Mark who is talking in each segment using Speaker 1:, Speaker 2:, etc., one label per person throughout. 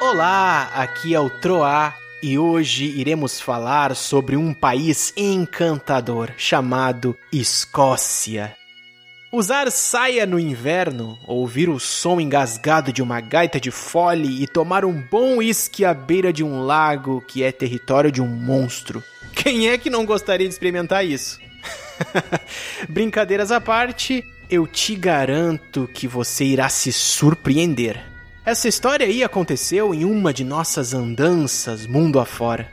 Speaker 1: Olá, aqui é o Troá e hoje iremos falar sobre um país encantador chamado Escócia. Usar saia no inverno, ouvir o som engasgado de uma gaita de fole e tomar um bom uísque à beira de um lago que é território de um monstro. Quem é que não gostaria de experimentar isso? Brincadeiras à parte, eu te garanto que você irá se surpreender. Essa história aí aconteceu em uma de nossas andanças mundo afora.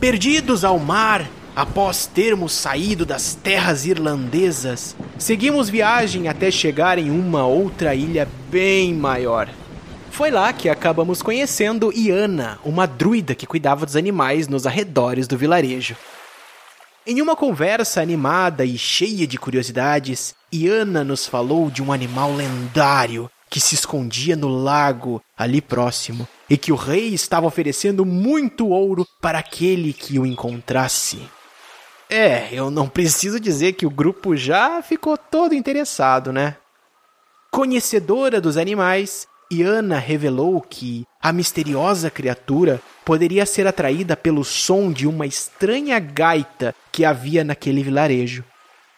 Speaker 1: Perdidos ao mar, após termos saído das terras irlandesas, seguimos viagem até chegar em uma outra ilha bem maior. Foi lá que acabamos conhecendo Iana, uma druida que cuidava dos animais nos arredores do vilarejo. Em uma conversa animada e cheia de curiosidades, Iana nos falou de um animal lendário que se escondia no lago ali próximo e que o rei estava oferecendo muito ouro para aquele que o encontrasse. É, eu não preciso dizer que o grupo já ficou todo interessado, né? Conhecedora dos animais, Iana revelou que a misteriosa criatura poderia ser atraída pelo som de uma estranha gaita que havia naquele vilarejo,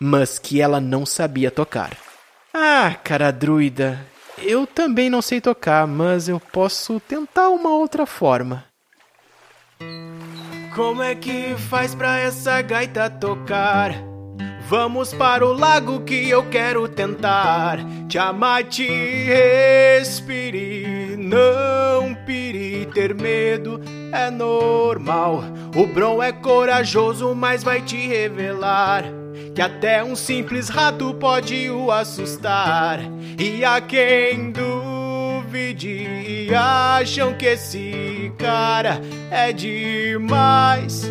Speaker 1: mas que ela não sabia tocar. Ah, cara druida, eu também não sei tocar, mas eu posso tentar uma outra forma. Como é que faz pra essa gaita tocar? Vamos para o lago que eu quero tentar. Te amar, te respire, não pire, ter medo é normal. O Bron é corajoso, mas vai te revelar. Que até um simples rato pode o assustar. E a quem duvide, acham que esse cara é demais.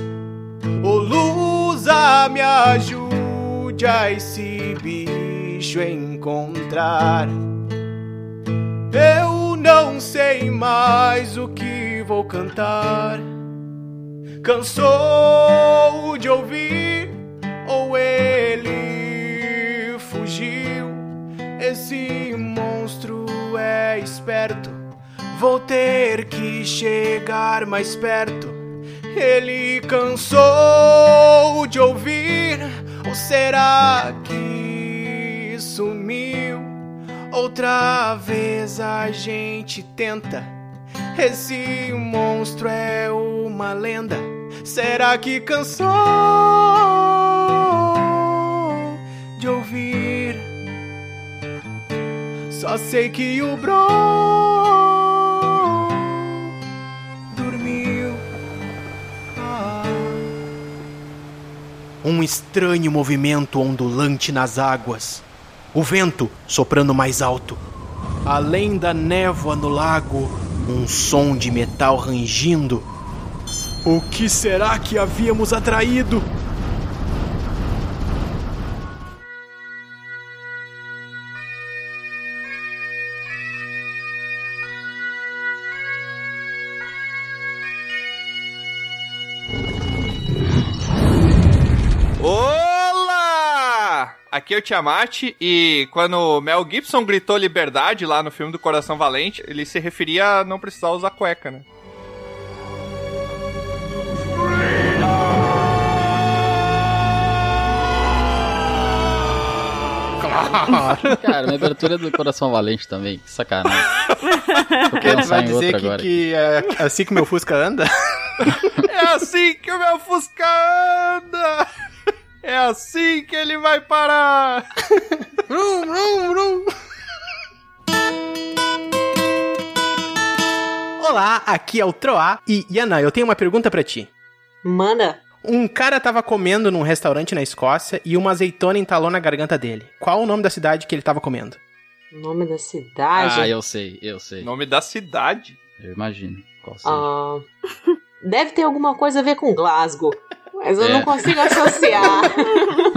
Speaker 1: Ô Lusa, me ajude a esse bicho encontrar. Eu não sei mais o que vou cantar. Cansou de ouvir ou ele fugiu? Esse monstro é esperto. Vou ter que chegar mais perto. Ele cansou de ouvir? Ou será que sumiu? Outra vez a gente tenta. Esse monstro é uma lenda. Será que cansou de ouvir? Só sei que o Bron dormiu. Ah. Um estranho movimento ondulante nas águas. O vento soprando mais alto. Além da névoa no lago, um som de metal rangindo. O que será que havíamos atraído?
Speaker 2: Olá! Aqui é o Tiamat e quando o Mel Gibson gritou liberdade lá no filme do Coração Valente, ele se referia a não precisar usar cueca, né?
Speaker 3: Cara, minha abertura é do Coração Valente também, que sacanagem. Vou
Speaker 1: Ele
Speaker 3: pensar
Speaker 1: vai
Speaker 3: em
Speaker 1: dizer
Speaker 3: outra
Speaker 1: que,
Speaker 3: agora.
Speaker 1: que é assim que meu Fusca anda?
Speaker 2: É assim que o meu Fusca anda! É assim que ele vai parar!
Speaker 1: Vrum, vrum, vrum. Olá, aqui é o Troá e Yana, eu tenho uma pergunta pra ti.
Speaker 4: Mana,
Speaker 1: Um cara tava comendo num restaurante na Escócia e uma azeitona entalou na garganta dele. Qual o nome da cidade que ele tava comendo?
Speaker 4: nome da
Speaker 3: Ah,
Speaker 4: cidade.
Speaker 3: eu sei, eu sei.
Speaker 2: Nome da cidade?
Speaker 3: Eu imagino. Qual seja.
Speaker 4: Ah, deve ter alguma coisa a ver com Glasgow, mas eu
Speaker 3: É.
Speaker 4: não consigo associar.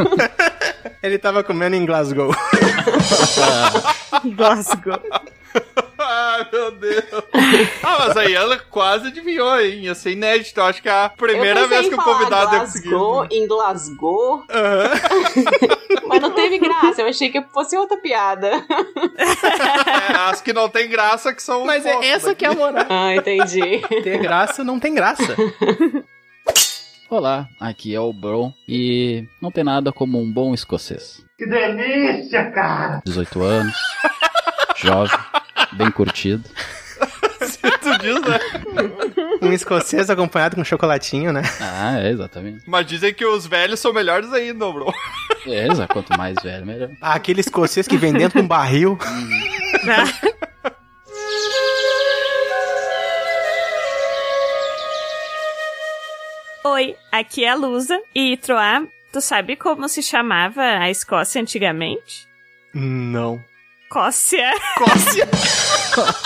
Speaker 1: Ele tava comendo em Glasgow.
Speaker 5: Glasgow.
Speaker 2: Ah, meu Deus! Ah, mas a Yana quase adivinhou, hein? Ia ser inédito. Eu acho que é a primeira
Speaker 4: eu pensei
Speaker 2: vez
Speaker 4: em
Speaker 2: que um o é
Speaker 4: falar
Speaker 2: convidado ia conseguir.
Speaker 4: Glasgow, em Glasgow, mas não teve teve graça. Eu achei que fosse outra piada.
Speaker 2: É, as que não tem graça que são. né?
Speaker 1: Mas é
Speaker 2: fofas
Speaker 1: essa que é a moral.
Speaker 4: Ah, entendi.
Speaker 1: Ter graça não tem graça.
Speaker 3: Olá, aqui é o Bron e não tem nada como um bom escocês.
Speaker 5: Que delícia, cara!
Speaker 3: 18 anos, jovem, bem curtido.
Speaker 2: aqui. Tu diz, né?
Speaker 1: Um escocês acompanhado com chocolatinho, né?
Speaker 3: Ah, é, exatamente.
Speaker 2: Mas dizem que os velhos são melhores ainda, bro.
Speaker 3: É, exa- quanto mais velho, melhor.
Speaker 1: Ah, Aquele escocês que vem dentro de um barril.
Speaker 6: Oi, aqui é a Lusa. E Troá, tu sabe como se chamava a Escócia antigamente?
Speaker 1: Não.
Speaker 6: Cócia.
Speaker 2: Cócia.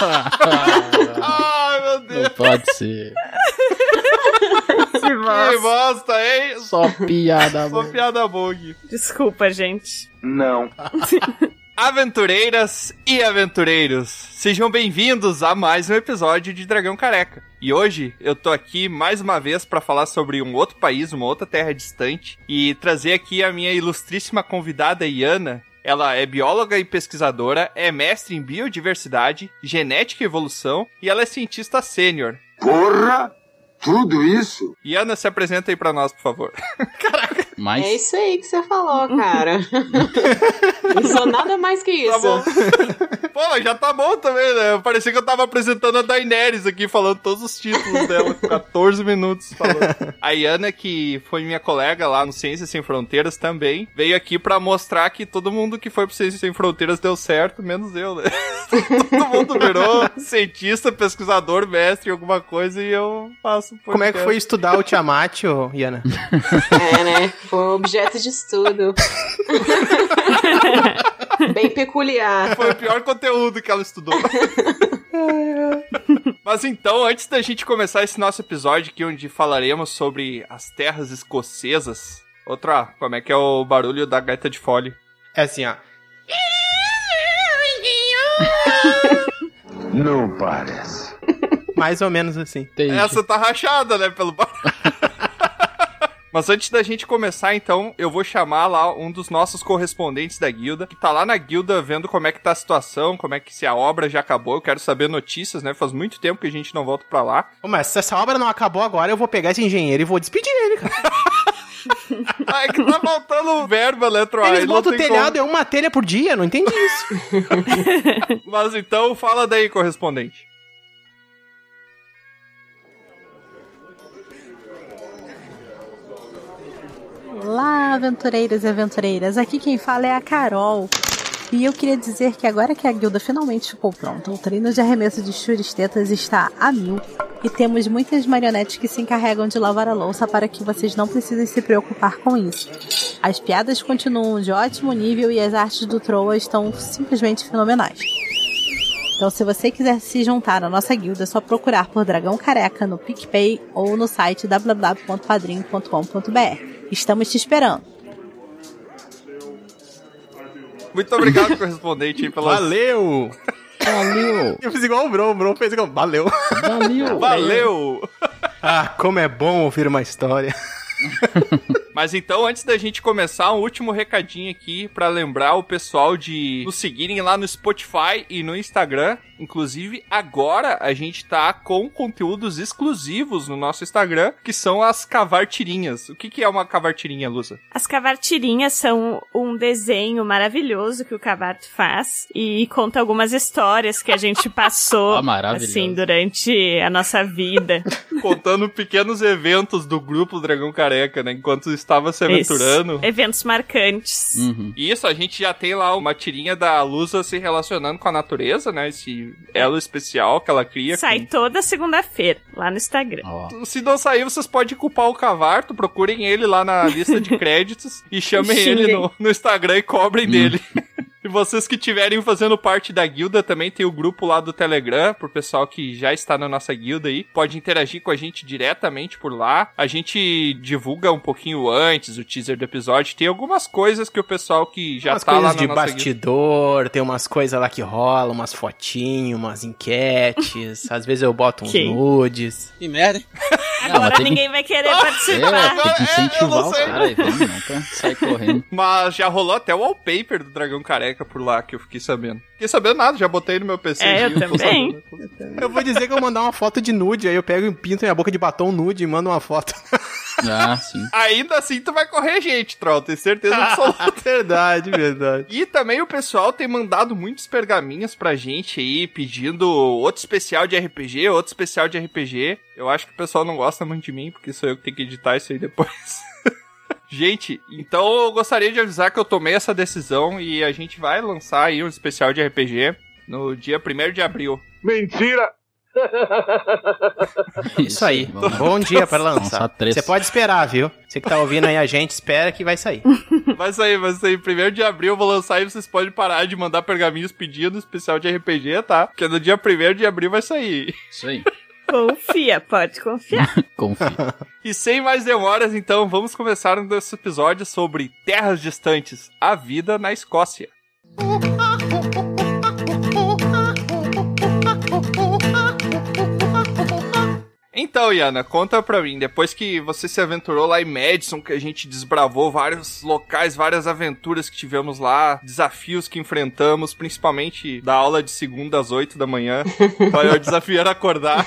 Speaker 2: Ai, meu Deus.
Speaker 3: Não pode ser.
Speaker 2: Que bosta, hein?
Speaker 3: Só piada,
Speaker 2: Só
Speaker 3: mano.
Speaker 2: piada bug.
Speaker 6: Desculpa, gente.
Speaker 2: Aventureiras e aventureiros, sejam bem-vindos a mais um episódio de Dragão Careca. E hoje eu tô aqui mais uma vez pra falar sobre um outro país, uma outra terra distante e trazer aqui a minha ilustríssima convidada Iana. Ela é bióloga e pesquisadora, é mestre em biodiversidade, genética e evolução e ela é cientista sênior.
Speaker 7: Porra! Tudo isso?
Speaker 2: Iana, se apresenta aí pra nós, por favor.
Speaker 3: Mas
Speaker 4: É isso aí que você falou, cara. Não sou nada mais que isso.
Speaker 2: Tá bom. Pô, mas já tá bom também, né? Parecia que eu tava apresentando a Daenerys aqui, falando todos os títulos dela, com 14 minutos falando. A Iana, que foi minha colega lá no Ciências Sem Fronteiras também, veio aqui pra mostrar que todo mundo que foi pro Ciências Sem Fronteiras deu certo, menos eu, né? todo mundo virou cientista, pesquisador, mestre em alguma coisa e eu faço
Speaker 1: Como é que foi estudar o Tiamat, ô, Iana?
Speaker 4: É, né? Foi um objeto de estudo. Bem peculiar.
Speaker 2: Foi o pior conteúdo que ela estudou. Mas então, antes da gente começar esse nosso episódio aqui, onde falaremos sobre as terras escocesas. Outra, como é que é o barulho da gaita de fole?
Speaker 1: É assim, ó.
Speaker 7: Não parece.
Speaker 1: Mais ou menos assim.
Speaker 3: tem.
Speaker 2: Essa tá rachada, né, pelo barulho. Mas antes da gente começar, então, eu vou chamar lá um dos nossos correspondentes da guilda, que tá lá na guilda vendo como é que tá a situação, como é que se a obra já acabou. Eu quero saber notícias, né? Faz muito tempo que a gente não volta pra lá.
Speaker 1: Ô, mas se essa obra não acabou agora, eu vou pegar esse engenheiro e vou despedir ele, cara.
Speaker 2: Ah, é que tá faltando verba, né, Troy?
Speaker 1: Eles
Speaker 2: Não
Speaker 1: botam o
Speaker 2: tem
Speaker 1: telhado, é uma telha por dia, não entendi isso.
Speaker 2: como. Mas então, fala daí, correspondente.
Speaker 8: Olá, aventureiros e aventureiras. Aqui quem fala é a Carol. E eu queria dizer que agora que a guilda finalmente ficou pronta, o treino de arremesso de churistetas está a mil. E temos muitas marionetes que se encarregam de lavar a louça para que vocês não precisem se preocupar com isso. As piadas continuam de ótimo nível e as artes do Troa estão simplesmente fenomenais. Então, se você quiser se juntar à nossa guilda, é só procurar por Dragão Careca no PicPay ou no site www.padrim.com.br. Estamos te esperando.
Speaker 2: Muito obrigado, correspondente, aí, pelas...
Speaker 1: Valeu!
Speaker 3: Valeu!
Speaker 1: Eu fiz igual o Bro, o Bro fez igual. Valeu!
Speaker 3: Valeu!
Speaker 2: Valeu!
Speaker 1: Ah, como é bom ouvir uma história.
Speaker 2: Mas então, antes da gente começar, um último recadinho aqui pra lembrar o pessoal de nos seguirem lá no Spotify e no Instagram. Inclusive, agora a gente tá com conteúdos exclusivos no nosso Instagram, que são as cavartirinhas. O que, que é uma cavartirinha, Lusa?
Speaker 6: As cavartirinhas são um desenho maravilhoso que o Cavarto faz e conta algumas histórias que a gente passou
Speaker 3: Ah, maravilhoso.
Speaker 6: assim durante a nossa vida.
Speaker 2: Contando pequenos eventos do grupo Dragão Careca, né? Enquanto estava
Speaker 3: Tá
Speaker 2: se aventurando.
Speaker 6: Isso. Eventos marcantes.
Speaker 3: Uhum.
Speaker 2: Isso, a gente já tem lá uma tirinha da Lusa se relacionando com a natureza, né? Esse elo especial que ela cria.
Speaker 6: Sai toda segunda-feira lá no Instagram.
Speaker 3: Ó,
Speaker 2: com- Se não sair, vocês podem culpar o Cavarto, procurem ele lá na lista de créditos e chamem
Speaker 6: E
Speaker 2: ele
Speaker 6: xinguem.
Speaker 1: Hum.
Speaker 2: no, no Instagram e cobrem dele. E vocês que estiverem fazendo parte da guilda, também tem o grupo lá do Telegram, pro pessoal que já está na nossa guilda aí, pode interagir com a gente diretamente por lá. A gente divulga um pouquinho antes o teaser do episódio, tem algumas coisas que o pessoal que já
Speaker 1: umas
Speaker 2: tá lá
Speaker 1: coisas
Speaker 2: na
Speaker 1: de
Speaker 2: nossa guilda...
Speaker 1: bastidor, tem umas coisas lá que rolam, umas fotinhos, umas enquetes. às vezes eu boto uns
Speaker 6: Sim.
Speaker 1: nudes.
Speaker 9: Que merda, hein?
Speaker 3: Não, Ah, mas
Speaker 6: Agora
Speaker 3: tem que,
Speaker 6: ninguém vai querer
Speaker 3: é,
Speaker 6: participar.
Speaker 3: tem que
Speaker 2: É, eu
Speaker 3: incentivar
Speaker 2: não
Speaker 3: o
Speaker 2: sei.
Speaker 3: cara. e Vem, não, tá? Sai correndo.
Speaker 2: Mas já rolou até o wallpaper do Dragão Careca por lá, que eu fiquei sabendo. Fiquei sabendo nada, já botei no meu PC.
Speaker 6: É, eu
Speaker 2: não tô
Speaker 6: também.
Speaker 2: sabendo.
Speaker 1: Eu vou dizer que eu vou mandar uma foto de nude, aí eu pego e pinto minha boca de batom nude e mando uma foto.
Speaker 3: Ah, sim.
Speaker 2: Ainda assim, tu vai correr gente, Troll, tenho certeza
Speaker 6: Ah.
Speaker 2: absoluta.
Speaker 1: verdade, verdade.
Speaker 2: E também o pessoal tem mandado muitos pergaminhos pra gente aí, pedindo outro especial de RPG, outro especial de RPG. Eu acho que o pessoal não gosta muito de mim, porque sou eu que tenho que editar isso aí depois. Gente, então eu gostaria de avisar que eu tomei essa decisão e a gente vai lançar aí um especial de RPG no dia 1 de abril.
Speaker 5: Mentira!
Speaker 1: Isso aí.
Speaker 3: Vamos lá.
Speaker 1: Bom dia pra
Speaker 3: Lançar
Speaker 1: lançar.
Speaker 3: três.
Speaker 1: Você pode esperar, viu? Você que tá ouvindo aí a gente, espera que vai sair.
Speaker 2: Vai sair, vai sair. Primeiro de abril eu vou lançar e vocês podem parar de mandar pergaminhos pedindo especial de RPG, tá? Porque no dia 1 de abril vai sair.
Speaker 3: Isso aí.
Speaker 6: Confia, pode confiar.
Speaker 3: Confia.
Speaker 2: E sem mais demoras, então, vamos começar um desse episódio sobre Terras Distantes, a vida na Escócia. Então, Iana, conta pra mim, depois que você se aventurou lá em Madison, que a gente desbravou vários locais, várias aventuras que tivemos lá, desafios que enfrentamos, principalmente da aula de segunda às oito da manhã, qual é o desafio era acordar.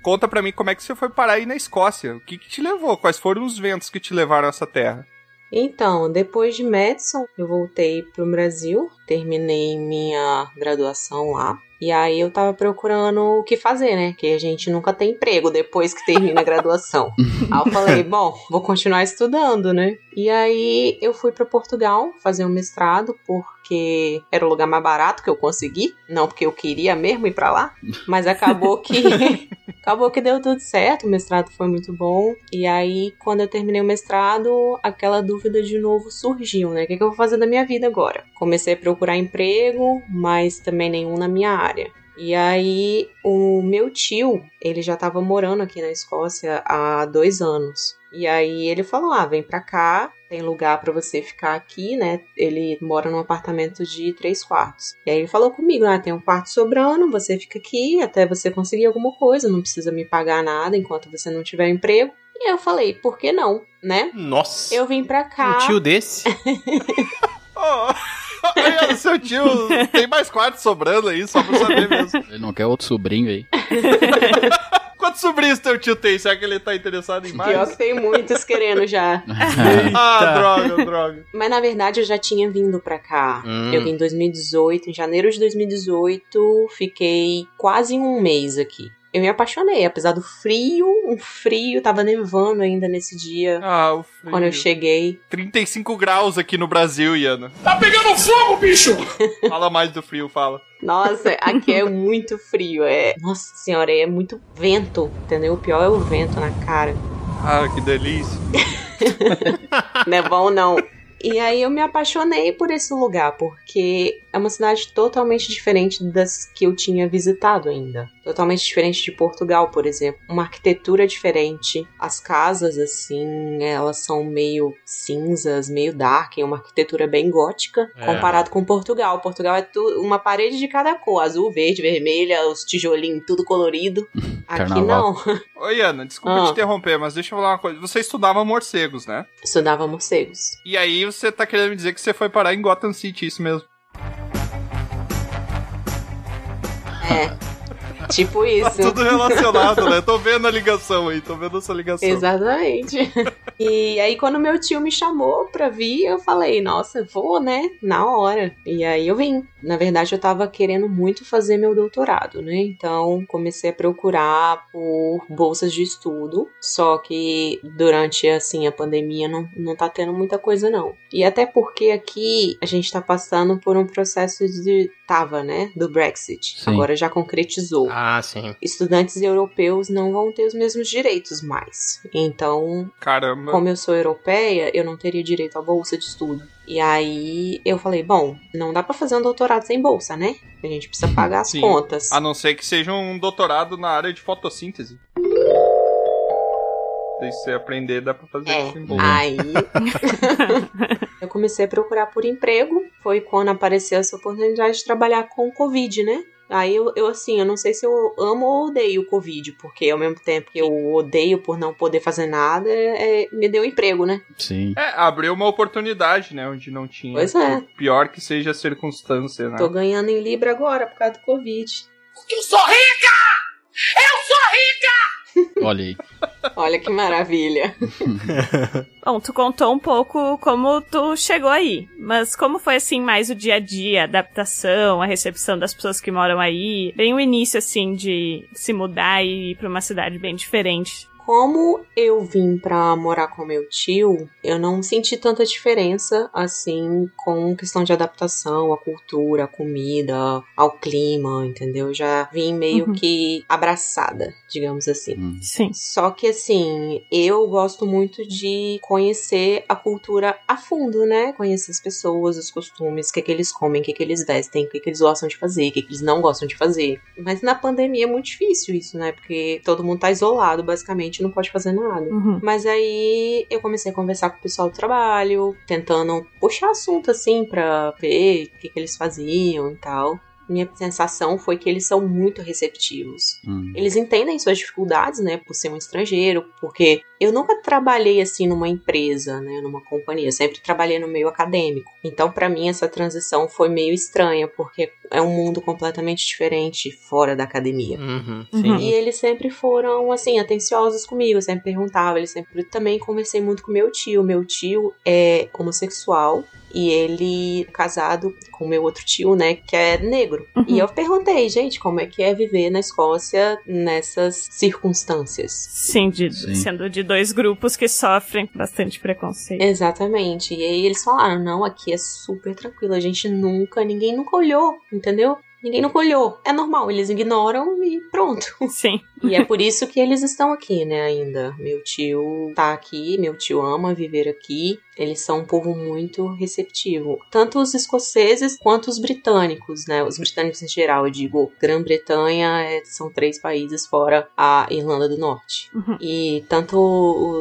Speaker 2: Conta pra mim como é que você foi parar aí na Escócia, o que que te levou, quais foram os ventos que te levaram a essa terra?
Speaker 4: Então, depois de Madison, eu voltei pro Brasil, terminei minha graduação lá. E aí eu tava procurando o que fazer, né? Que a gente nunca tem emprego depois que termina a graduação. aí eu falei, bom, vou continuar estudando, né? E aí eu fui pra Portugal fazer um mestrado porque era o lugar mais barato que eu consegui, não porque eu queria mesmo ir pra lá, mas acabou que Acabou que deu tudo certo, o mestrado foi muito bom. E aí, quando eu terminei o mestrado, aquela dúvida de novo surgiu, né? O que, que eu vou fazer da minha vida agora? Comecei a procurar emprego, mas também nenhum na minha área. E aí, o meu tio, ele já estava morando aqui na Escócia há dois anos. E aí ele falou: ah, vem pra cá, tem lugar pra você ficar aqui, né? Ele mora num apartamento de três quartos. E aí ele falou comigo: ah, tem um quarto sobrando, você fica aqui até você conseguir alguma coisa, não precisa me pagar nada enquanto você não tiver emprego. E eu falei: por que não, né?
Speaker 1: Nossa.
Speaker 4: Eu vim pra cá.
Speaker 1: Um tio desse?
Speaker 2: Oh, Iana, seu tio tem mais quartos sobrando aí, só pra saber mesmo.
Speaker 3: Ele não quer outro sobrinho aí.
Speaker 2: Quantos sobrinhos teu tio tem? Será que ele tá interessado em
Speaker 4: Pior
Speaker 2: mais?
Speaker 4: que tem muitos querendo já.
Speaker 2: Ah,
Speaker 1: Eita.
Speaker 2: droga, droga.
Speaker 4: Mas na verdade eu já tinha vindo pra cá.
Speaker 1: Hum.
Speaker 4: Eu vim em 2018, em janeiro de 2018, fiquei quase um mês aqui. Eu me apaixonei, apesar do frio, um frio, tava nevando ainda nesse dia
Speaker 2: Ah, o
Speaker 4: quando eu
Speaker 2: frio.
Speaker 4: cheguei.
Speaker 2: 35 graus aqui no Brasil, Iana.
Speaker 5: Tá pegando fogo, bicho!
Speaker 2: Fala mais do frio, fala.
Speaker 4: Nossa, aqui é muito frio, é. Nossa senhora, é muito vento, entendeu? O pior é o vento na cara.
Speaker 2: Ah, que delícia.
Speaker 4: Não é bom, não. E aí eu me apaixonei por esse lugar, porque é uma cidade totalmente diferente das que eu tinha visitado ainda. Totalmente diferente de Portugal, por exemplo. Uma arquitetura diferente. As casas, assim, elas são meio cinzas, meio dark, é uma arquitetura bem gótica,
Speaker 1: É.
Speaker 4: comparado com Portugal. Portugal é tu- uma parede de cada cor, azul, verde, vermelha, os tijolinhos tudo colorido. Aqui
Speaker 3: Carnaval.
Speaker 4: não.
Speaker 2: Oi, Iana, desculpa
Speaker 4: Ah.
Speaker 2: te interromper, mas deixa eu falar uma coisa. Você estudava morcegos, né?
Speaker 4: Estudava morcegos.
Speaker 2: E aí você tá querendo me dizer que você foi parar em Gotham City, isso mesmo.
Speaker 4: É. Tipo isso.
Speaker 2: Tá Tudo relacionado, né? Tô vendo a ligação aí, tô vendo essa ligação.
Speaker 4: Exatamente. E aí, quando meu tio me chamou pra vir, eu falei, nossa, vou, né? Na hora. E aí eu vim. Na verdade, eu tava querendo muito fazer meu doutorado, né? Então, comecei a procurar por bolsas de estudo. Só que durante, assim, a pandemia não, não tá tendo muita coisa, não. E até porque aqui a gente tá passando por um processo de. Tava, né? Do Brexit.
Speaker 3: Sim.
Speaker 4: Agora já concretizou.
Speaker 1: Ah, sim.
Speaker 4: estudantes europeus não vão ter os mesmos direitos mais. Então,
Speaker 2: Caramba.
Speaker 4: como eu sou europeia, eu não teria direito à bolsa de estudo. E aí eu falei, bom, não dá pra fazer um doutorado sem bolsa, né? A gente precisa pagar as
Speaker 2: Sim. Ah,
Speaker 4: contas.
Speaker 2: A não ser que seja um doutorado na área de fotossíntese. Se você aprender, dá pra fazer
Speaker 4: É.
Speaker 2: isso em boa.
Speaker 4: Aí eu comecei a procurar por emprego. Foi quando apareceu essa oportunidade de trabalhar com o Covid, né? Aí eu, eu, assim, eu não sei se eu amo ou odeio o Covid, porque ao mesmo tempo que eu odeio por não poder fazer nada, é- me deu emprego, né?
Speaker 3: Sim.
Speaker 2: É, abriu uma oportunidade, né? Onde não tinha.
Speaker 4: Pois é.
Speaker 2: Por Pior que seja a circunstância, né?
Speaker 4: Tô ganhando em Libra agora por causa do Covid.
Speaker 5: Porque eu sou rico!
Speaker 3: Olha aí.
Speaker 4: Olha que maravilha.
Speaker 6: Bom, tu contou um pouco como tu chegou aí, mas como foi assim mais o dia a dia, a adaptação, a recepção das pessoas que moram aí, bem o início assim de se mudar e ir pra uma cidade bem diferente.
Speaker 4: Como eu vim pra morar com meu tio, eu não senti tanta diferença assim com questão de adaptação à cultura, à comida, ao clima, entendeu? Eu Já vim meio
Speaker 6: Uhum.
Speaker 4: que abraçada, digamos assim.
Speaker 3: Hum.
Speaker 6: Sim.
Speaker 4: Só que assim, eu gosto muito de conhecer a cultura a fundo, né? Conhecer as pessoas, os costumes, o que, é que eles comem, o que, é que eles vestem, o que, é que eles gostam de fazer, o que, é que eles não gostam de fazer. Mas na pandemia é muito difícil isso, né? Porque todo mundo tá isolado, basicamente, não pode fazer nada.
Speaker 6: Uhum.
Speaker 4: Mas aí eu comecei a conversar com o pessoal do trabalho, tentando puxar assunto assim pra ver o que, que eles faziam e tal. Minha sensação foi que eles são muito receptivos.
Speaker 3: Hum.
Speaker 4: Eles entendem suas dificuldades, né, por ser um estrangeiro, porque eu nunca trabalhei assim numa empresa, né, numa companhia, eu sempre trabalhei no meio acadêmico. Então, pra mim essa transição foi meio estranha, porque é um mundo completamente diferente fora da academia.
Speaker 1: Uhum,
Speaker 6: Uhum.
Speaker 4: E eles sempre foram, assim, atenciosos comigo, eu sempre perguntava, eles sempre... Eu também conversei muito com meu tio, meu tio é homossexual e ele é casado com meu outro tio, né, que é negro.
Speaker 6: Uhum.
Speaker 4: E eu perguntei, gente, como é que é viver na Escócia nessas circunstâncias?
Speaker 6: Sim, de-
Speaker 3: Sim.
Speaker 6: sendo de dois grupos que sofrem bastante preconceito.
Speaker 4: Exatamente. E aí eles falaram: não, aqui é super tranquilo, a gente nunca, ninguém nunca olhou, entendeu? Ninguém nunca olhou. É normal, eles ignoram e pronto.
Speaker 6: Sim.
Speaker 4: E é por isso que eles estão aqui, né, ainda. Meu tio tá aqui, meu tio ama viver aqui. Eles são um povo muito receptivo. Tanto os escoceses quanto os britânicos, né? Os britânicos em geral, eu digo, Grã-Bretanha eh, são três países fora a Irlanda do Norte.
Speaker 6: Uhum.
Speaker 4: E tanto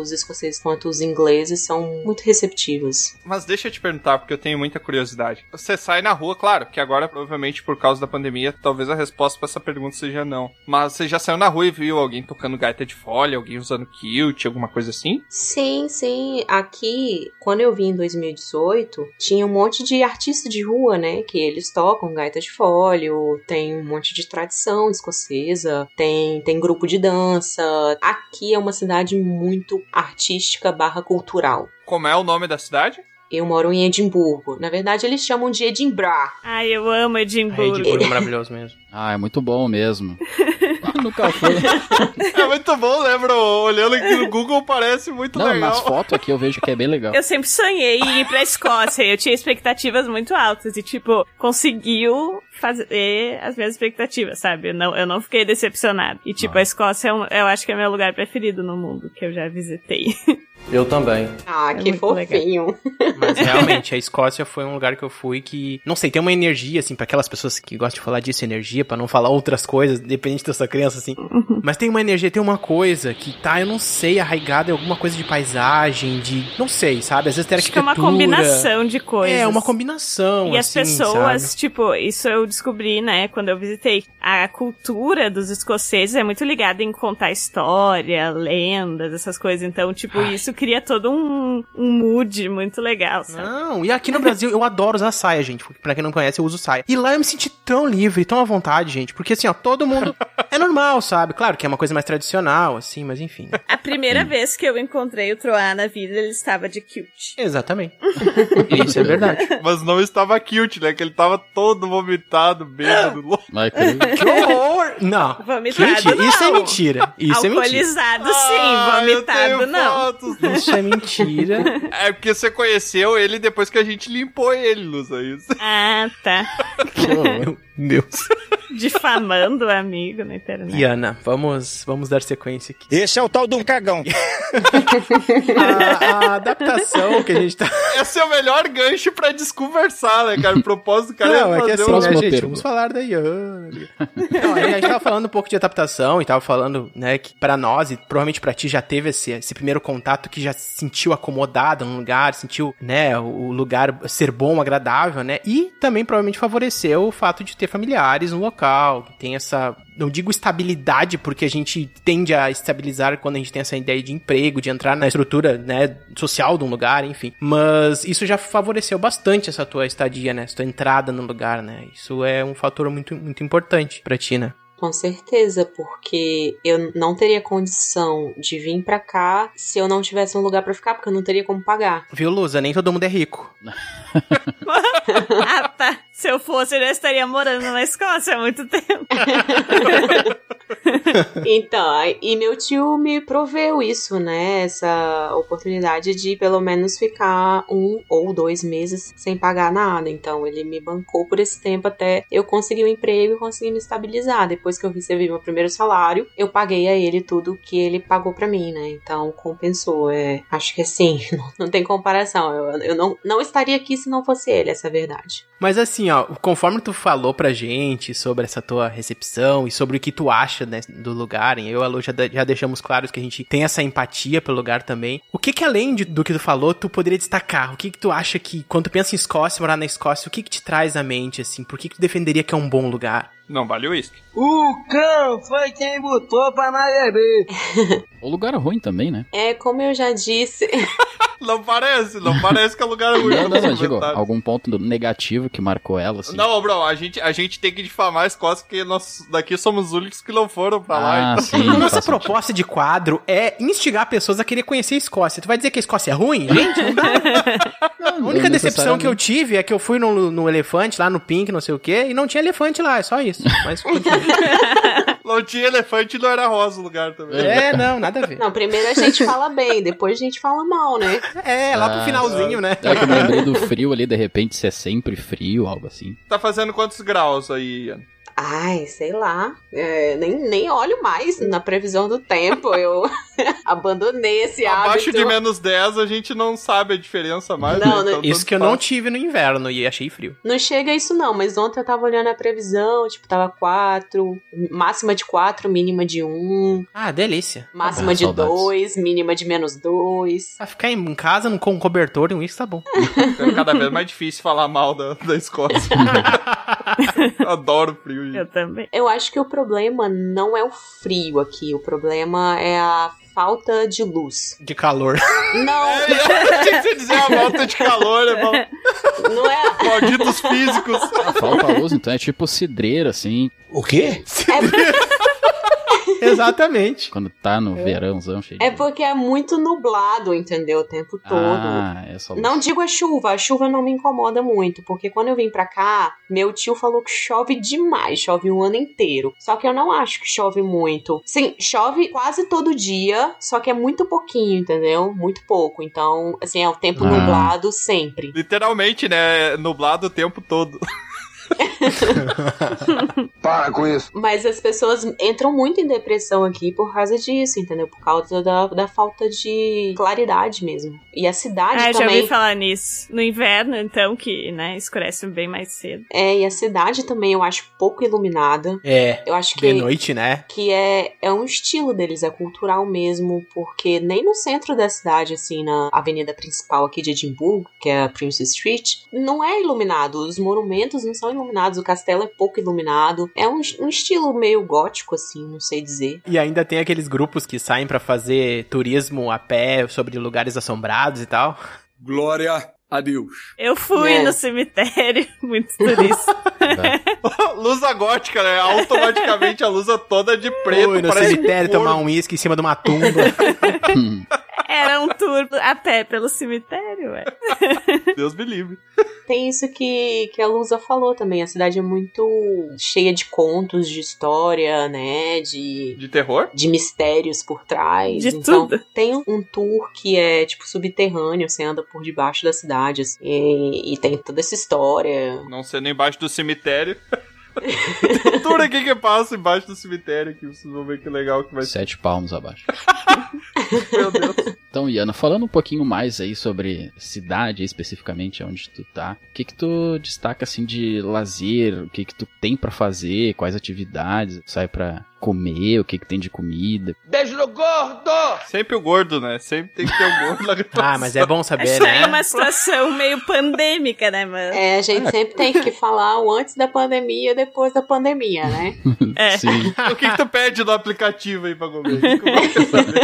Speaker 4: os escoceses quanto os ingleses são muito receptivos.
Speaker 2: Mas deixa eu te perguntar, porque eu tenho muita curiosidade. Você sai na rua, claro, que agora, provavelmente, por causa da pandemia, talvez a resposta pra essa pergunta seja não. Mas você já saiu na rua e viu alguém tocando gaita de folha, alguém usando kilt, alguma coisa assim?
Speaker 4: Sim, sim. Aqui, quando eu vim em 2018, tinha um monte de artista de rua, né? Que eles tocam gaita de fólio, tem um monte de tradição escocesa, tem, tem grupo de dança. Aqui é uma cidade muito artística barra cultural.
Speaker 2: Como é o nome da cidade?
Speaker 4: Eu moro em Edimburgo. Na verdade, eles chamam de Edinburgh.
Speaker 6: Ai, eu amo
Speaker 1: Rei de
Speaker 6: Edimburgo.
Speaker 1: couro maravilhoso mesmo.
Speaker 3: Ah, é muito bom mesmo. Ah, nunca foi.
Speaker 2: É muito bom, lembro. Olhando aqui no Google parece muito
Speaker 3: Não,
Speaker 2: legal.
Speaker 3: nas fotos aqui eu vejo que é bem legal.
Speaker 6: Eu sempre sonhei em ir pra Escócia, eu tinha expectativas muito altas e, tipo, conseguiu fazer as minhas expectativas, sabe? Eu não, eu não fiquei decepcionada. E, tipo,
Speaker 3: Ah.
Speaker 6: a Escócia, é um- eu acho que é meu lugar preferido no mundo, que eu já visitei.
Speaker 9: Eu também.
Speaker 4: Ah,
Speaker 6: É
Speaker 4: que
Speaker 6: muito
Speaker 4: fofinho.
Speaker 1: Mas realmente, a Escócia foi um lugar que eu fui que. Não sei, tem uma energia, assim, pra aquelas pessoas que gostam de falar disso, energia, pra não falar outras coisas, dependente da sua crença, assim.
Speaker 6: Uhum.
Speaker 1: Mas tem uma energia, tem uma coisa que tá, eu não sei, arraigada em alguma coisa de paisagem, de. Não sei, sabe? Às vezes tem
Speaker 6: Acho que é
Speaker 1: arquitetura.
Speaker 6: uma combinação de coisas.
Speaker 1: É, uma combinação.
Speaker 6: E as
Speaker 1: assim,
Speaker 6: pessoas,
Speaker 1: sabe?
Speaker 6: tipo, isso eu descobri, né, quando eu visitei. A cultura dos escoceses é muito ligada em contar história, lendas, essas coisas. Então, tipo,
Speaker 1: Ai.
Speaker 6: isso cria todo um, um mood muito legal, sabe?
Speaker 1: Não, e aqui no Brasil eu adoro usar saia, gente. Porque pra quem não conhece, eu uso saia. E lá eu me senti tão livre, tão à vontade, gente. Porque assim, ó, todo mundo. é normal, sabe? Claro que é uma coisa mais tradicional, assim, mas enfim.
Speaker 6: A
Speaker 1: Hum.
Speaker 6: primeira vez que eu encontrei o Troá na vida, ele estava de cute.
Speaker 1: Exatamente. Isso é verdade.
Speaker 2: Mas não estava cute, né? Que ele tava todo vomitado, bêbado, louco.
Speaker 3: Vai, creio.
Speaker 1: Que horror! Não.
Speaker 6: Vomitado
Speaker 1: Gente,
Speaker 6: não.
Speaker 1: isso é mentira. Isso é mentira.
Speaker 6: Alcoolizado
Speaker 2: Ah,
Speaker 6: sim,
Speaker 2: eu
Speaker 6: vomitado
Speaker 2: tenho
Speaker 6: não.
Speaker 2: fotos.
Speaker 1: Isso é mentira.
Speaker 2: É porque você conheceu ele depois que a gente limpou ele, Luz. É isso.
Speaker 6: Ah, tá.
Speaker 1: Meu Deus.
Speaker 6: Difamando o amigo na internet.
Speaker 1: Iana, vamos, vamos dar sequência aqui.
Speaker 9: Esse é o tal de um cagão.
Speaker 1: A, a adaptação que a gente tá.
Speaker 2: Esse é o melhor gancho pra desconversar, né, cara? O propósito do cara
Speaker 1: Não,
Speaker 2: é
Speaker 1: é que
Speaker 2: fazer
Speaker 1: assim, né,
Speaker 2: um...
Speaker 3: Próximo
Speaker 1: gente?
Speaker 3: roteiro.
Speaker 1: Vamos falar da Iana. Não, a gente tava falando um pouco de adaptação e tava falando, né, que pra nós, e provavelmente pra ti já teve esse, esse primeiro contato que já se sentiu acomodado num lugar, sentiu, né, o lugar ser bom, agradável, né? E também provavelmente favoreceu o fato de ter familiares no local, que tem essa. Não digo estabilidade, porque a gente tende a estabilizar quando a gente tem essa ideia de emprego, de entrar na estrutura, né, social de um lugar, enfim. Mas isso já favoreceu bastante essa tua estadia, né, essa tua entrada no lugar, né? Isso é um fator muito, muito importante pra ti, né?
Speaker 4: Com certeza, porque eu não teria condição de vir pra cá se eu não tivesse um lugar pra ficar, porque eu não teria como pagar.
Speaker 1: Viu, Lusa? Nem todo mundo é rico.
Speaker 6: Ah, tá. Se eu fosse, eu já estaria morando na Escócia há muito tempo.
Speaker 4: Então, aí- e meu tio me proveu isso, né? Essa oportunidade de pelo menos ficar um ou dois meses sem pagar nada. Então, ele me bancou por esse tempo até eu conseguir um emprego e conseguir me estabilizar. Depois que eu recebi meu primeiro salário, eu paguei a ele tudo que ele pagou pra mim, né? Então, compensou. É, acho que assim, não, não tem comparação. Eu, eu não, não estaria aqui se não fosse ele, essa é a verdade.
Speaker 1: Mas assim, ó, conforme tu falou pra gente sobre essa tua recepção e sobre o que tu acha né, do lugar, e eu e a Lu já, de- já deixamos claros que a gente tem essa empatia pelo lugar também. O que que além de- do que tu falou, tu poderia destacar? O que que tu acha que, quando tu pensa em Escócia, morar na Escócia, o que que te traz à mente, assim? Por que que tu defenderia que é um bom lugar?
Speaker 2: Não, vale o uísque.
Speaker 5: O cão foi quem botou pra na bebê.
Speaker 3: O lugar é ruim também, né?
Speaker 4: É, como eu já disse,
Speaker 2: Não parece, não parece que é lugar ruim.
Speaker 3: Não, não,
Speaker 2: nos
Speaker 3: não, digo,
Speaker 2: comentários.
Speaker 3: algum ponto negativo que marcou ela, assim.
Speaker 2: Não, bro, a gente, a gente tem que difamar a Escócia porque nós daqui somos os únicos que não foram pra lá.
Speaker 3: ah,
Speaker 2: então.
Speaker 3: sim.
Speaker 1: Nossa
Speaker 3: faz sentido.
Speaker 1: proposta de quadro é instigar pessoas a querer conhecer a Escócia. Tu vai dizer que a Escócia é ruim? Gente, não dá. A
Speaker 3: Ah, Não,
Speaker 1: única
Speaker 3: não
Speaker 1: decepção que eu
Speaker 3: necessariamente.
Speaker 1: tive é que eu fui no, no elefante, lá no Pink, não sei o quê, e não tinha elefante lá, é só isso. Mas continua.
Speaker 2: Não tinha elefante e não era rosa o lugar também.
Speaker 1: É, não, nada a ver.
Speaker 4: não, primeiro a gente fala bem, depois a gente fala mal, né?
Speaker 1: É, lá pro
Speaker 3: Ah,
Speaker 1: finalzinho, né?
Speaker 3: É que eu me lembrei do frio ali, de repente, se é sempre frio, algo assim.
Speaker 2: Tá fazendo quantos graus aí, Ian?
Speaker 4: Ai, sei lá. É, nem, nem olho mais na previsão do tempo. Eu abandonei esse
Speaker 2: Abaixo
Speaker 4: hábito.
Speaker 2: de menos 10 a gente não sabe a diferença mais.
Speaker 4: então.
Speaker 2: né? Então,
Speaker 4: Não, não-
Speaker 1: Isso que eu não tive no inverno e achei frio.
Speaker 4: Não chega a isso, não, mas ontem eu tava olhando a previsão, tipo, tava 4, máxima de 4, mínima de 1,
Speaker 1: Ah, delícia.
Speaker 4: máxima
Speaker 3: Ah,
Speaker 4: de
Speaker 3: saudades.
Speaker 4: 2, mínima de menos 2.
Speaker 1: Ah, ficar em casa num- com um cobertor e um isso tá bom.
Speaker 2: É cada vez mais difícil falar mal da, da Escócia. Eu Adoro frio. gente.
Speaker 6: Eu também.
Speaker 4: Eu acho que o problema não é o frio aqui, o problema é a falta de luz.
Speaker 1: De calor.
Speaker 4: Não,
Speaker 2: É, tinha que se dizer a volta de calor, é mal-
Speaker 4: não é.
Speaker 2: malditos físicos.
Speaker 3: Falta luz, então é tipo cidreira, assim,
Speaker 9: O quê?
Speaker 4: é,
Speaker 1: Exatamente.
Speaker 3: quando tá no verãozão cheio de-
Speaker 4: É porque é muito nublado, entendeu? O tempo todo.
Speaker 3: Ah, é só luz.
Speaker 4: Não digo a chuva, a chuva não me incomoda muito, porque quando eu vim pra cá, meu tio falou que chove demais, chove o ano inteiro. Só que eu não acho que chove muito. Sim, chove quase todo dia, só que é muito pouquinho, entendeu? Muito pouco. Então, assim, é o tempo
Speaker 3: Ah.
Speaker 4: nublado sempre.
Speaker 2: Literalmente, né? Nublado o tempo todo.
Speaker 7: Para com isso.
Speaker 4: Mas as pessoas entram muito em depressão aqui por causa disso, entendeu? Por causa da, da falta de claridade mesmo. E a cidade
Speaker 6: Ah, já
Speaker 4: também.
Speaker 6: ouvi falar nisso. No inverno, então, que, né, escurece bem mais cedo.
Speaker 4: É, e a cidade também eu acho pouco iluminada.
Speaker 1: É,
Speaker 4: Eu acho
Speaker 1: de
Speaker 4: que.
Speaker 1: noite, né?
Speaker 4: que é, é um estilo deles, é cultural mesmo, porque nem no centro da cidade, assim, na avenida principal aqui de Edimburgo, que é a Prince Street, não é iluminado, os monumentos não são iluminados, o castelo é pouco iluminado, é um, um estilo meio gótico, assim, não sei dizer.
Speaker 1: E ainda tem aqueles grupos que saem pra fazer turismo a pé sobre lugares assombrados e tal.
Speaker 5: Glória a Deus.
Speaker 6: Eu fui
Speaker 4: É.
Speaker 6: no cemitério, muito turista.
Speaker 2: Lusa gótica, né? Automaticamente a lusa toda de preto.
Speaker 1: Oi, no
Speaker 2: parece um
Speaker 1: cemitério
Speaker 2: corpo.
Speaker 1: tomar um uísque em cima de uma tumba.
Speaker 3: Hum.
Speaker 6: Era um tour a pé pelo cemitério, ué.
Speaker 2: Deus me livre.
Speaker 4: Tem isso que, que a Lusa falou também, a cidade é muito cheia de contos, de história, né, de
Speaker 2: De terror?
Speaker 4: de mistérios por trás.
Speaker 6: De
Speaker 4: então,
Speaker 6: tudo.
Speaker 4: Tem um tour que é tipo subterrâneo, você anda por debaixo da cidade assim, e, e tem toda essa história.
Speaker 2: Não sendo embaixo do cemitério. Tudo aqui que passa embaixo do cemitério, que vocês vão ver que legal que vai ser.
Speaker 3: Sete palmos abaixo.
Speaker 2: Meu Deus.
Speaker 3: Então, Iana, falando um pouquinho mais aí sobre cidade, especificamente onde tu tá, o que que tu destaca, assim, de lazer? O que que tu tem pra fazer? Quais atividades? Sai pra comer? O que que tem de comida?
Speaker 5: Beijo no gordo!
Speaker 2: Sempre o gordo, né? Sempre tem que ter o gordo na
Speaker 1: Ah, mas é bom saber,
Speaker 6: Acho aí
Speaker 1: né?
Speaker 6: uma situação meio pandêmica, né, mano?
Speaker 4: É, a gente sempre tem que falar o antes da pandemia e o depois da pandemia, né?
Speaker 6: É.
Speaker 3: Sim.
Speaker 2: O que, que tu pede no aplicativo aí pra comer? Como é que eu saber?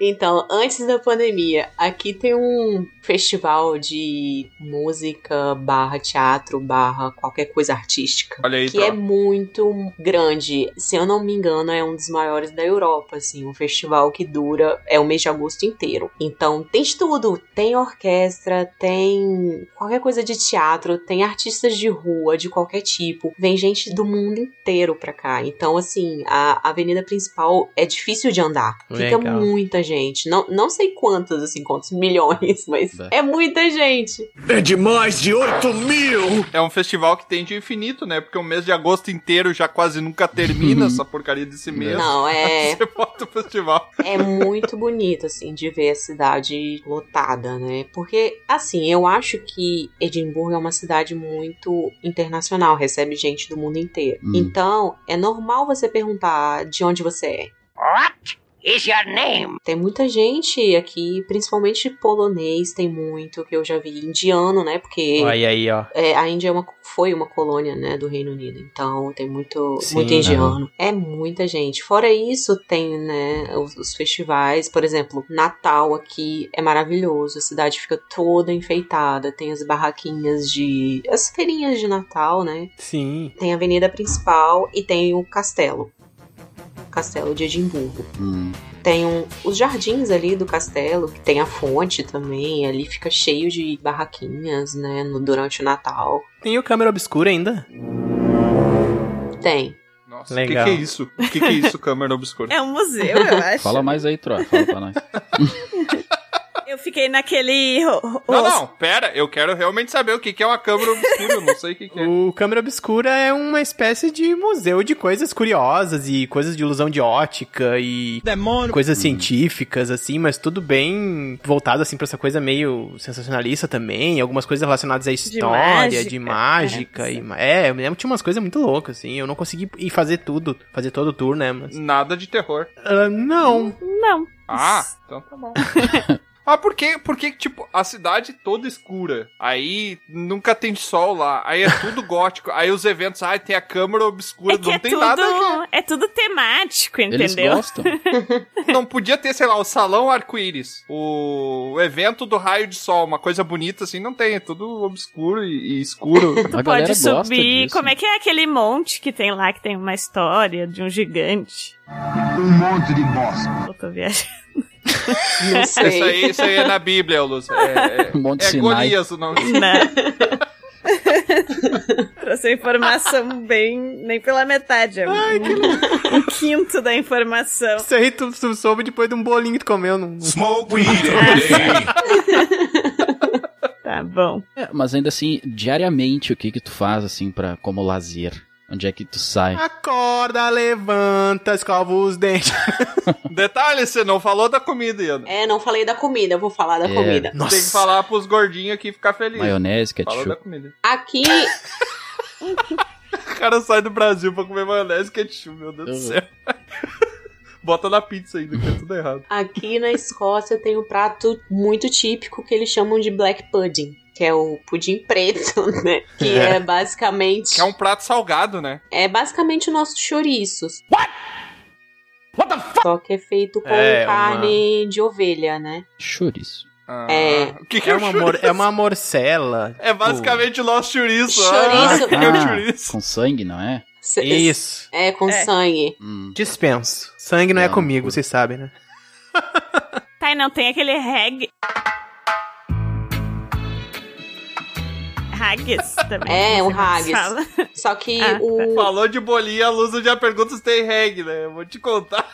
Speaker 4: Então, antes da pandemia, aqui tem um festival de música, barra teatro, barra qualquer coisa artística.
Speaker 2: Olha aí, então,
Speaker 4: Que é
Speaker 2: troca.
Speaker 4: muito grande. Se eu não me engano, é um dos maiores da Europa, assim. Um festival que dura... É o mês de agosto inteiro. Então, tem de tudo. Tem orquestra, tem qualquer coisa de teatro, tem artistas de rua, de qualquer tipo. Vem gente do mundo inteiro pra cá. Então, assim, a avenida principal é difícil de andar. Fica
Speaker 1: Legal.
Speaker 4: muita gente. Não, não sei quantas, assim, quantos milhões, mas
Speaker 3: Bah.
Speaker 4: é muita gente.
Speaker 9: É de mais de 8 mil!
Speaker 2: É um festival que tem de infinito, né? Porque o mês de agosto inteiro já quase nunca termina essa porcaria desse mês.
Speaker 4: Não, é.
Speaker 2: Você bota o festival.
Speaker 4: É muito bonito, assim, de ver a cidade lotada, né? Porque, assim, eu acho que Edimburgo é uma cidade muito internacional, recebe gente do mundo inteiro.
Speaker 3: Hum.
Speaker 4: Então, é normal você perguntar de onde você é.
Speaker 5: What is your name?
Speaker 4: Tem muita gente aqui, principalmente polonês, tem muito, que eu já vi indiano, né? Porque
Speaker 1: Olha aí, ó.
Speaker 4: É, a Índia é uma- foi uma colônia né, do Reino Unido, então tem muito,
Speaker 1: Sim,
Speaker 4: muito
Speaker 1: né?
Speaker 4: indiano. É muita gente. Fora isso, tem né, os, os festivais, por exemplo, Natal aqui é maravilhoso, a cidade fica toda enfeitada, tem as barraquinhas de. as feirinhas de Natal, né?
Speaker 1: Sim.
Speaker 4: Tem a avenida principal e tem o castelo. Castelo de Edimburgo.
Speaker 3: Hum.
Speaker 4: Tem um- os jardins ali do castelo, que tem a fonte também, ali fica cheio de barraquinhas, né, no- durante o Natal.
Speaker 1: Tem o câmera obscura ainda?
Speaker 4: Tem.
Speaker 2: Nossa, o que,
Speaker 1: Legal.
Speaker 2: que é isso? O que, que é isso, câmera obscura?
Speaker 6: É um museu, eu acho.
Speaker 3: Fala mais aí, Troa. Fala pra nós.
Speaker 6: Eu fiquei naquele. ro- ro-
Speaker 4: É,
Speaker 2: Não, não, pera, eu quero realmente saber o que, que é uma câmera obscura, eu não sei o que, que é.
Speaker 1: O câmera obscura é uma espécie de museu de coisas curiosas e coisas de ilusão de ótica e
Speaker 9: Demônio!
Speaker 1: coisas científicas assim, mas tudo bem voltado assim pra essa coisa meio sensacionalista também, algumas coisas relacionadas à história, de
Speaker 6: mágica,
Speaker 1: mágica,
Speaker 6: parece.
Speaker 1: e ma- é, eu me lembro que tinha umas coisas muito loucas assim, eu não consegui ir fazer tudo, fazer todo o tour, né, mas
Speaker 2: Nada de terror.
Speaker 1: Ah, não,
Speaker 6: Não.
Speaker 2: Ah, então tá bom. Ah, por que, por que, tipo, a cidade toda escura? Aí nunca tem sol lá, aí é tudo gótico, aí os eventos, ai, tem a câmara obscura,
Speaker 6: É que
Speaker 2: não
Speaker 6: é
Speaker 2: tem
Speaker 6: tudo,
Speaker 2: nada aqui.
Speaker 6: é tudo temático,
Speaker 3: Eles
Speaker 6: entendeu?
Speaker 3: gostam.
Speaker 2: Não podia ter, sei lá, o salão arco-íris, o o evento do raio de sol, uma coisa bonita assim, não tem, é tudo obscuro e, e escuro.
Speaker 3: A galera
Speaker 6: Pode
Speaker 3: gosta
Speaker 6: subir.
Speaker 3: disso.
Speaker 6: Como é que é aquele monte que tem lá que tem uma história de um gigante?
Speaker 7: Um monte de bosta.
Speaker 6: Eu tô viajando.
Speaker 4: Não
Speaker 2: isso,
Speaker 4: sei.
Speaker 2: aí, isso aí é na Bíblia, ô Luz. É, é,
Speaker 3: Um monte de
Speaker 2: é
Speaker 3: sinais.
Speaker 2: Golias o nome.
Speaker 6: Trouxe informação bem. nem pela metade. É um, um quinto da informação.
Speaker 1: isso aí Então. tu, tu soube depois de um bolinho que tu comeu, não...
Speaker 9: Smoke weed every day!
Speaker 6: Tá bom.
Speaker 3: É, mas ainda assim, diariamente, o que que tu faz, assim, pra, como lazer? Onde é que tu sai?
Speaker 2: Ah,
Speaker 1: Acorda, levanta, escova os dentes.
Speaker 2: Detalhe, você não falou da comida, Iana.
Speaker 4: É, não falei da comida, eu vou falar da
Speaker 3: É.
Speaker 4: comida.
Speaker 1: Nossa.
Speaker 2: Tem que falar pros gordinhos aqui ficar feliz.
Speaker 3: Maionese,
Speaker 2: Fala da
Speaker 3: ketchup.
Speaker 2: comida.
Speaker 4: Aqui,
Speaker 2: O cara sai do Brasil pra comer maionese e ketchup, meu Deus do
Speaker 3: Uhum.
Speaker 2: céu. Bota na pizza ainda, que é tudo errado.
Speaker 4: aqui na Escócia tem um prato muito típico que eles chamam de black pudding, que é o pudim preto, né? Que é basicamente
Speaker 2: Que é um prato salgado, né?
Speaker 4: é basicamente o nosso chouriço. Só que é feito com
Speaker 1: É,
Speaker 4: carne de ovelha, né?
Speaker 3: Chouriço.
Speaker 2: Ah,
Speaker 4: É.
Speaker 2: O que, que
Speaker 1: É
Speaker 2: é,
Speaker 1: uma,
Speaker 2: o churi-
Speaker 1: mor é uma morcela. tipo,
Speaker 2: É basicamente o nosso chouriço. Ah,
Speaker 4: Chouriço.
Speaker 2: o que que é o chouriço?
Speaker 3: com sangue, não é?
Speaker 4: Cê-
Speaker 1: Isso.
Speaker 4: É com
Speaker 6: É.
Speaker 4: sangue.
Speaker 3: Hum.
Speaker 1: Dispenso. Sangue não é
Speaker 3: Não,
Speaker 1: comigo,
Speaker 3: por-
Speaker 1: vocês sabem, né?
Speaker 6: Tá, e não tem aquele reg. Haggis também. né,
Speaker 4: É, um
Speaker 6: não sei como
Speaker 4: haggis.
Speaker 6: fala.
Speaker 4: Só que
Speaker 6: Ah,
Speaker 4: o
Speaker 2: Falou de bolinha, a Lusa já pergunta se tem reggae, né? Eu vou te contar.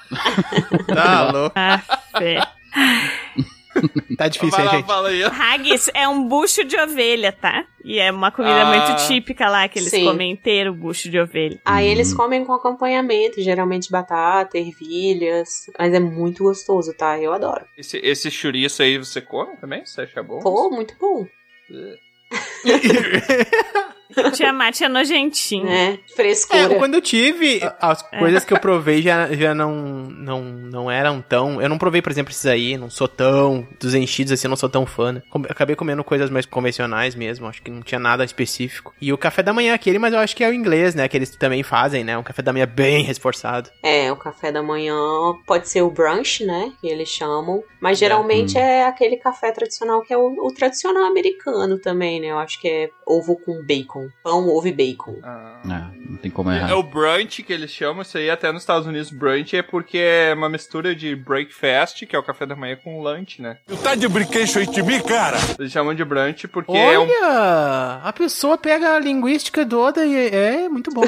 Speaker 1: Tá louco.
Speaker 6: Ah, fé.
Speaker 1: Tá difícil, hein,
Speaker 2: Vai lá,
Speaker 1: gente?
Speaker 2: fala aí.
Speaker 6: Haggis é um bucho de ovelha, tá? E é uma comida
Speaker 2: Ah.
Speaker 6: muito típica lá, que eles
Speaker 4: Sim.
Speaker 6: comem inteiro o bucho de ovelha.
Speaker 4: Aí
Speaker 3: Hum.
Speaker 4: eles comem com acompanhamento, geralmente batata, ervilhas. Mas é muito gostoso, tá? Eu adoro.
Speaker 2: Esse, esse chouriço aí você come também? Você acha bom?
Speaker 4: Pô, muito bom,
Speaker 6: Tiamat é nojentinho.
Speaker 1: É,
Speaker 4: né? Frescura.
Speaker 1: quando eu tive, as coisas que eu provei já, já não, não, não eram tão. Eu não provei, por exemplo, esses aí, não sou tão. Dos enchidos assim, eu não sou tão fã, né? Com- Acabei comendo coisas mais convencionais mesmo, acho que não tinha nada específico. E o café da manhã é aquele, mas eu acho que é o inglês, né? Que eles também fazem, né? Um café da manhã bem reforçado.
Speaker 4: É, o café da manhã pode ser o brunch, né? Que eles chamam. Mas geralmente é, aquele café tradicional que é o, o tradicional americano também, né? Eu acho que é ovo com bacon. Pão, ovo e bacon.
Speaker 2: Ah.
Speaker 3: Ah, não tem como
Speaker 2: É
Speaker 3: errar.
Speaker 2: o brunch que eles chamam, isso aí até nos Estados Unidos, brunch é porque é uma mistura de breakfast, que é o café da manhã, com lunch, né?
Speaker 9: Tu tá de brinquedo aí de mim, cara?
Speaker 2: Eles chamam de brunch porque é um...
Speaker 1: Olha! A pessoa pega a linguística do Oda e é, é muito bom.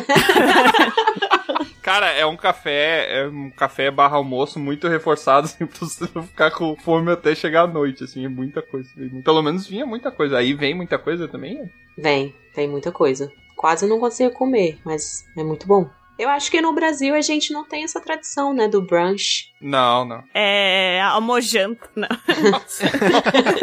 Speaker 2: Cara, é um café, é um café barra almoço muito reforçado, assim, pra você não ficar com fome até chegar à noite, assim, é muita coisa. Pelo menos vinha muita coisa, aí vem muita coisa também.
Speaker 4: Vem, tem muita coisa. Quase eu não consigo comer, mas é muito bom. Eu acho que no Brasil a gente não tem essa tradição, né? Do brunch.
Speaker 2: Não, não.
Speaker 6: É almojanta. Não.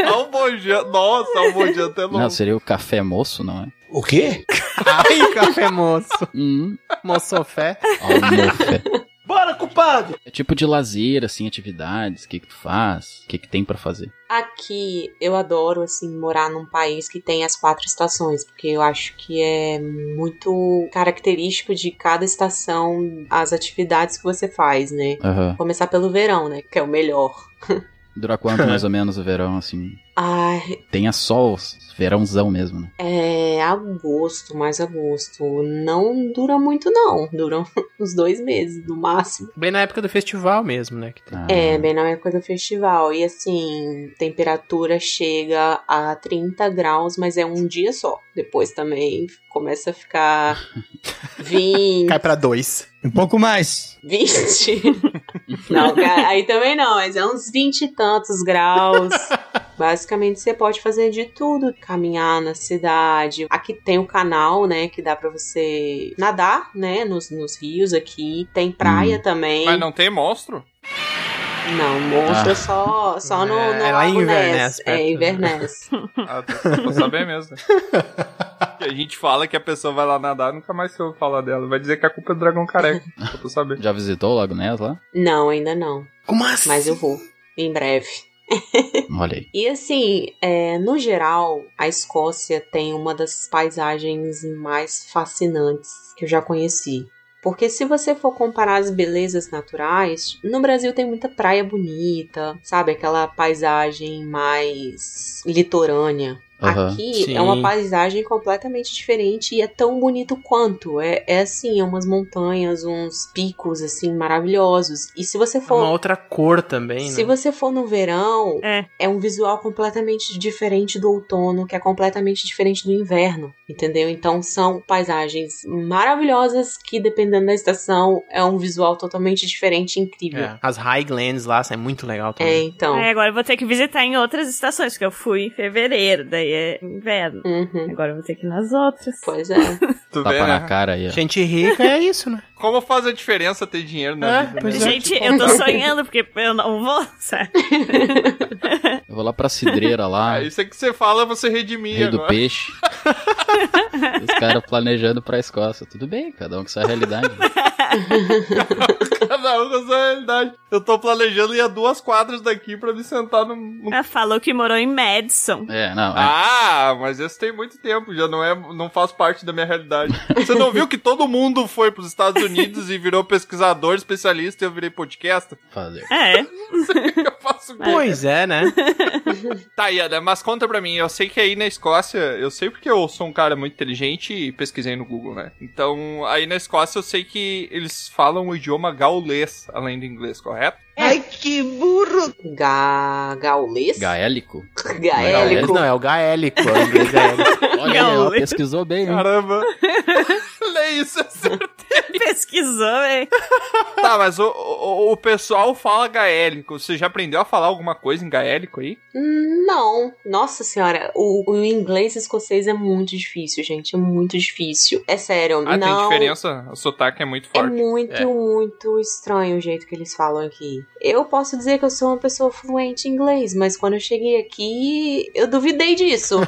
Speaker 2: Almojanta, nossa, almojanta é
Speaker 3: Não,
Speaker 2: louco.
Speaker 3: seria o café moço, não é?
Speaker 9: O quê?
Speaker 1: Ai, café moço.
Speaker 3: Hum,
Speaker 1: Moçofé.
Speaker 3: almofé.
Speaker 5: Bora, culpado!
Speaker 3: É tipo de lazer, assim, atividades, o que que tu faz, o que que tem pra fazer.
Speaker 4: Aqui eu adoro, assim, morar num país que tem as quatro estações, porque eu acho que é muito característico de cada estação as atividades que você faz, né?
Speaker 3: Aham.
Speaker 4: Começar pelo verão, né? Que é o melhor.
Speaker 3: Dura quanto mais ou menos o verão, assim?
Speaker 4: Ai,
Speaker 3: Tenha sol, verãozão mesmo, né?
Speaker 4: é agosto, mais agosto. Não dura muito, não. Duram uns dois meses, no máximo.
Speaker 1: Bem na época do festival mesmo, né? que tem.
Speaker 3: Ah,
Speaker 4: É, bem na época do festival. E assim, temperatura chega a 30 graus, mas é um dia só. Depois também começa a ficar 20,
Speaker 1: Cai pra dois.
Speaker 10: Um pouco mais.
Speaker 4: 20. Não, cara, aí também não, mas é uns 20 e tantos graus. Basicamente, você pode fazer de tudo, caminhar na cidade. Aqui tem o canal, né, que dá pra você nadar, né, nos, nos rios aqui. Tem praia também.
Speaker 2: Mas não tem monstro?
Speaker 4: Não, monstro
Speaker 3: Ah.
Speaker 4: só, só no,
Speaker 1: É,
Speaker 4: no
Speaker 1: é lá em
Speaker 4: Lago
Speaker 1: Inverness,
Speaker 4: Ness.
Speaker 1: perto, né?
Speaker 4: É, Inverness.
Speaker 2: Ah, tá. Pra saber mesmo. Que a gente fala que a pessoa vai lá nadar, nunca mais se ouve falar dela. Vai dizer que a culpa é do dragão careca. Só pra saber.
Speaker 3: Já visitou o Lago Ness lá?
Speaker 4: não, ainda não.
Speaker 1: Como assim?
Speaker 4: Mas eu vou. Em breve.
Speaker 3: Olha aí.
Speaker 4: E assim, é, no geral, a Escócia tem uma das paisagens mais fascinantes que eu já conheci. Porque se você for comparar as belezas naturais, no Brasil tem muita praia bonita, sabe? Aquela paisagem mais litorânea.
Speaker 3: Aham.
Speaker 4: Aqui
Speaker 1: Sim.
Speaker 4: é uma paisagem completamente diferente e é tão bonito quanto. É, é assim, é umas montanhas, uns picos assim maravilhosos. E se você
Speaker 1: É Uma
Speaker 4: for
Speaker 1: outra cor também,
Speaker 4: se
Speaker 1: né?
Speaker 4: você for no verão,
Speaker 6: É.
Speaker 4: um visual completamente diferente do outono, que é completamente diferente do inverno, entendeu? Então são paisagens maravilhosas que, dependendo da estação, é um visual totalmente diferente e incrível.
Speaker 1: É, as Highlands lá, isso é muito legal
Speaker 4: É,
Speaker 1: também.
Speaker 4: então.
Speaker 6: Aí agora eu vou ter que visitar em outras estações, porque eu fui em fevereiro, daí é inverno.
Speaker 4: Uhum.
Speaker 6: Agora eu vou ter que ir nas outras.
Speaker 4: Pois é.
Speaker 2: Tu vê,
Speaker 3: Tapa na
Speaker 2: né?
Speaker 3: cara aí, ó.
Speaker 1: Gente rica é isso, né?
Speaker 2: Como faz a diferença ter dinheiro na
Speaker 1: É,
Speaker 2: vida,
Speaker 1: pois
Speaker 2: né?
Speaker 1: é.
Speaker 6: Gente, eu tô sonhando porque eu não vou, sabe?
Speaker 3: Eu vou lá pra cidreira lá,
Speaker 2: Ah, isso é que você fala, você redimir
Speaker 3: Rio do
Speaker 2: agora.
Speaker 3: Peixe. Os caras planejando pra Escócia. Tudo bem, cada um com sua realidade.
Speaker 2: Cada um com a sua realidade. Eu tô planejando ir a duas quadras daqui pra me sentar no. no-
Speaker 6: Ela falou que morou em Madison.
Speaker 3: É, não, é.
Speaker 2: Ah, mas esse tem muito tempo, já não é, não faz parte da minha realidade. Você não viu que todo mundo foi pros Estados Unidos e virou pesquisador, especialista, e eu virei podcast?
Speaker 3: fazer.
Speaker 6: É.
Speaker 2: Eu faço
Speaker 1: Pois é, né?
Speaker 2: Tá, Iana, mas conta pra mim, eu sei que aí na Escócia, eu sei porque eu sou um cara muito inteligente e pesquisei no Google, né? Então, aí na Escócia eu sei que eles falam o idioma gaulês, além do inglês, correto?
Speaker 5: Ai, que burro!
Speaker 4: Ga... Gaulês?
Speaker 3: Gaélico?
Speaker 4: Gaélico.
Speaker 1: Não, é o gaélico. é o inglês gaélico.
Speaker 3: Olha aí, ó, pesquisou bem, hein?
Speaker 2: Caramba! Lê isso, é certo.
Speaker 6: pesquisou, hein?
Speaker 2: Tá, mas o, o, o pessoal fala gaélico. Você já aprendeu a falar alguma coisa em gaélico aí?
Speaker 4: Não, nossa senhora, o, o inglês escocês é muito difícil, gente, é muito difícil. É sério,
Speaker 2: Ah, tem
Speaker 4: não.
Speaker 2: diferença? O sotaque é muito
Speaker 4: É
Speaker 2: forte.
Speaker 4: muito,
Speaker 2: É.
Speaker 4: muito estranho o jeito que eles falam aqui. Eu posso dizer que eu sou uma pessoa fluente em inglês, mas quando eu cheguei aqui, eu duvidei disso.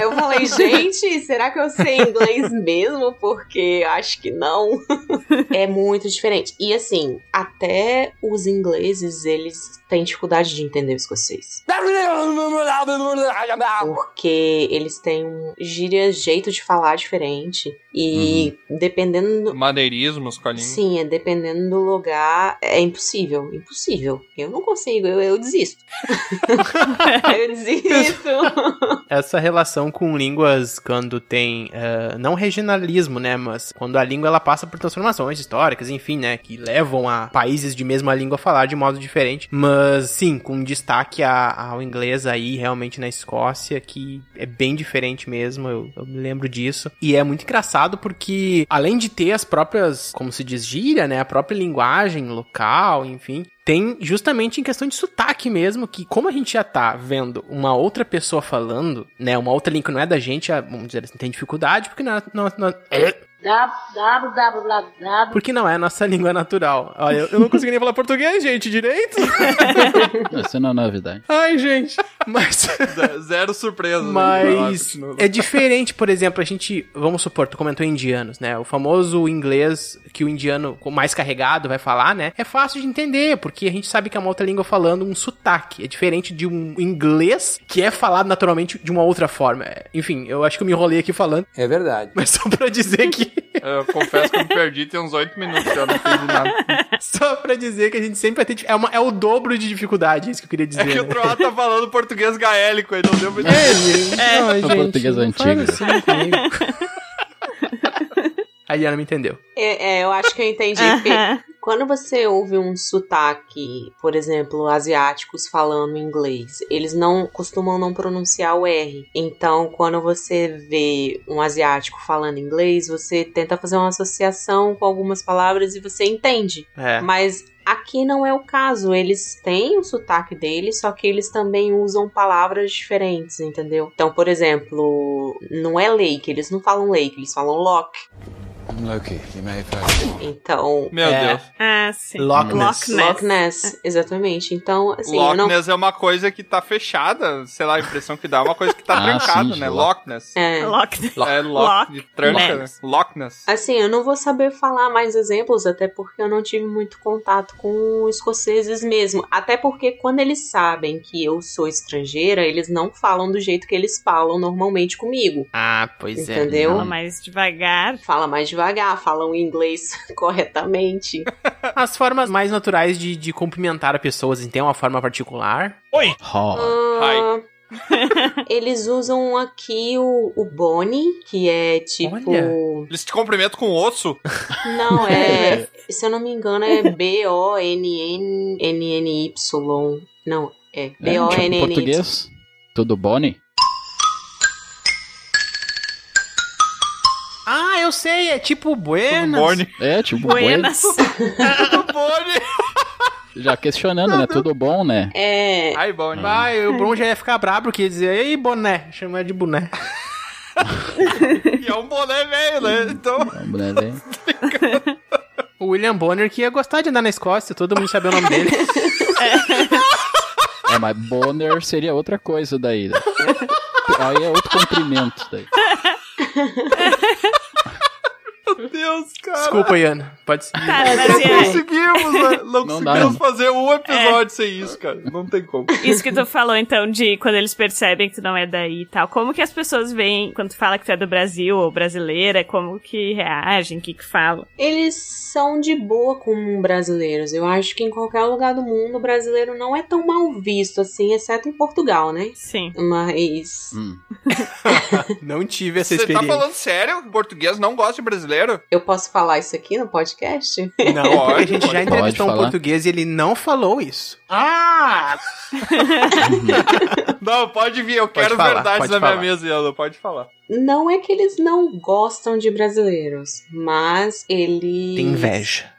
Speaker 4: Eu falei, gente, será que eu sei inglês mesmo? Porque eu acho que não. É muito diferente. E assim, até os ingleses, eles têm dificuldade de entender o escocês. Porque eles têm um gíria, jeito de falar diferente. E
Speaker 2: Uhum.
Speaker 4: dependendo
Speaker 2: Maneirismo, os colinhos.
Speaker 4: Sim, é dependendo do lugar, é impossível, impossível. Eu não consigo, eu, eu desisto. eu desisto.
Speaker 1: Essa relação com línguas quando tem eh, não regionalismo, né, mas quando a língua ela passa por transformações históricas, enfim, né, que levam a países de mesma língua a falar de modo diferente, mas sim, com destaque a- ao inglês aí realmente na Escócia, que é bem diferente mesmo, eu, eu me lembro disso. E é muito engraçado porque além de ter as próprias, como se diz, gíria, né, a própria linguagem local, enfim, tem justamente em questão de sotaque mesmo, que como a gente já tá vendo uma outra pessoa falando, né, uma outra língua que não é da gente, a- vamos dizer assim, tem dificuldade, porque não, é- não, não- é, porque não é a nossa língua natural. Olha, eu, eu não consegui nem falar português, gente, direito.
Speaker 3: Não, Isso não é novidade.
Speaker 1: Ai, gente. Mas...
Speaker 2: Z- Zero surpresa. né? Vai lá,
Speaker 1: Mas
Speaker 2: continua.
Speaker 1: é diferente, por exemplo, a gente, vamos supor, tu comentou indianos, né? O famoso inglês que o indiano com- mais carregado vai falar, né? É fácil de entender, porque a gente sabe que é uma outra língua falando um sotaque. É diferente de um inglês que é falado naturalmente de uma outra forma. É, Enfim, eu acho que eu me enrolei aqui falando,
Speaker 10: É verdade.
Speaker 1: mas só pra dizer que.
Speaker 2: Eu confesso que eu me perdi tem uns oito minutos, eu não entendi nada.
Speaker 1: só pra dizer que a gente sempre vai ter. dif- É, uma- é o dobro de dificuldade, é isso que eu queria dizer.
Speaker 2: É que
Speaker 1: né?
Speaker 2: o Troá tá falando português gaélico, aí não deu pra
Speaker 1: É,
Speaker 2: entender.
Speaker 1: gente. Não, gente,
Speaker 3: português
Speaker 1: não faz
Speaker 3: antigo.
Speaker 1: assim comigo. A Diana me entendeu.
Speaker 4: é, é, eu acho que eu entendi. Fê.
Speaker 6: Aham.
Speaker 4: Quando você ouve um sotaque, por exemplo, asiáticos falando inglês, eles não costumam não pronunciar o R. Então, quando você vê um asiático falando inglês, você tenta fazer uma associação com algumas palavras e você entende.
Speaker 1: É.
Speaker 4: Mas aqui não é o caso. Eles têm o sotaque deles, só que eles também usam palavras diferentes, entendeu? Então, por exemplo, não é lake, eles não falam lake, eles falam lock.
Speaker 10: I'm Loki, you may have heard.
Speaker 4: Então.
Speaker 2: Meu
Speaker 1: É.
Speaker 2: Deus.
Speaker 6: Ah, sim.
Speaker 1: Loch Ness.
Speaker 6: Loch Ness. É.
Speaker 4: Loch Ness, exatamente. Então, assim, eu
Speaker 2: Loch
Speaker 4: não.
Speaker 2: Ness é uma coisa que tá fechada, sei lá, a impressão que dá é uma coisa que tá
Speaker 3: Ah,
Speaker 2: trancada,
Speaker 3: sim,
Speaker 2: né?
Speaker 3: Loch-
Speaker 2: Loch Ness.
Speaker 4: É.
Speaker 6: Loch Ness.
Speaker 2: É Loch,
Speaker 6: Loch
Speaker 2: de tranca, né?
Speaker 6: Ness.
Speaker 2: Loch Ness.
Speaker 4: Assim, eu não vou saber falar mais exemplos, até porque eu não tive muito contato com escoceses mesmo. Até porque quando eles sabem que eu sou estrangeira, eles não falam do jeito que eles falam normalmente comigo.
Speaker 1: Ah, pois
Speaker 4: Entendeu?
Speaker 6: Fala mais devagar.
Speaker 4: fala mais devagar, falam inglês corretamente.
Speaker 1: é. As formas mais naturais de, de cumprimentar pessoas, então, uma forma particular.
Speaker 3: Ho.
Speaker 4: Ah, eles usam aqui o, o Bonnie, que é tipo.
Speaker 2: Eles te cumprimentam com osso?
Speaker 4: Não, é. se eu não me engano, é B-O-N-N-N-N-Y. Não, é
Speaker 3: É, tipo, em
Speaker 4: B-O-N-N-Y.
Speaker 3: português. Tudo Bonnie?
Speaker 1: Ah, eu sei, é tipo buenas.
Speaker 2: Boni.
Speaker 3: É, tipo, bueno.
Speaker 6: Buenas.
Speaker 2: Boni.
Speaker 3: Já questionando, né? Tudo bom, né?
Speaker 4: É.
Speaker 2: Ai, Boni.
Speaker 1: Vai, Ah, o Bron já ia ficar brabo, porque ia dizer, ei, boné, chama de boné.
Speaker 2: E é um boné velho, né? Então,
Speaker 3: A mulher vem.
Speaker 1: O William Bonner que ia gostar de andar na Escócia, todo mundo sabia o nome dele.
Speaker 3: É, mas Bonner seria outra coisa daí. né? Aí é outro comprimento daí.
Speaker 2: meu Deus, cara.
Speaker 1: Desculpa, Iana, pode seguir.
Speaker 6: Tá,
Speaker 2: Não
Speaker 6: mas e É.
Speaker 2: conseguimos, né? Não
Speaker 3: Não dá,
Speaker 2: conseguimos
Speaker 3: não.
Speaker 2: fazer um episódio sem isso, cara. Não tem como.
Speaker 6: aí? Isso que tu falou, então, de quando eles percebem que tu não é daí e tal. Como que as pessoas veem quando tu fala que tu é do Brasil ou brasileira? Como que reagem? O que que falam?
Speaker 4: Eles são de boa com brasileiros. Eu acho que em qualquer lugar do mundo, o brasileiro não é tão mal visto assim, exceto em Portugal, né?
Speaker 6: Sim.
Speaker 4: Mas.
Speaker 3: Hum.
Speaker 1: Não tive essa
Speaker 2: Você tá
Speaker 1: experiência.
Speaker 2: falando sério? que Português não gosta de brasileiro?
Speaker 4: Eu posso falar isso aqui no podcast?
Speaker 1: Não, porque a gente já entrevistou um
Speaker 3: falar.
Speaker 1: português e ele não falou isso.
Speaker 2: Ah! não, pode vir, eu
Speaker 1: Pode
Speaker 2: quero
Speaker 1: falar,
Speaker 2: verdades
Speaker 1: pode
Speaker 2: na
Speaker 1: falar.
Speaker 2: minha mesa, Eldo, pode falar.
Speaker 4: Não é que eles não gostam de brasileiros, mas eles.
Speaker 1: Tem inveja.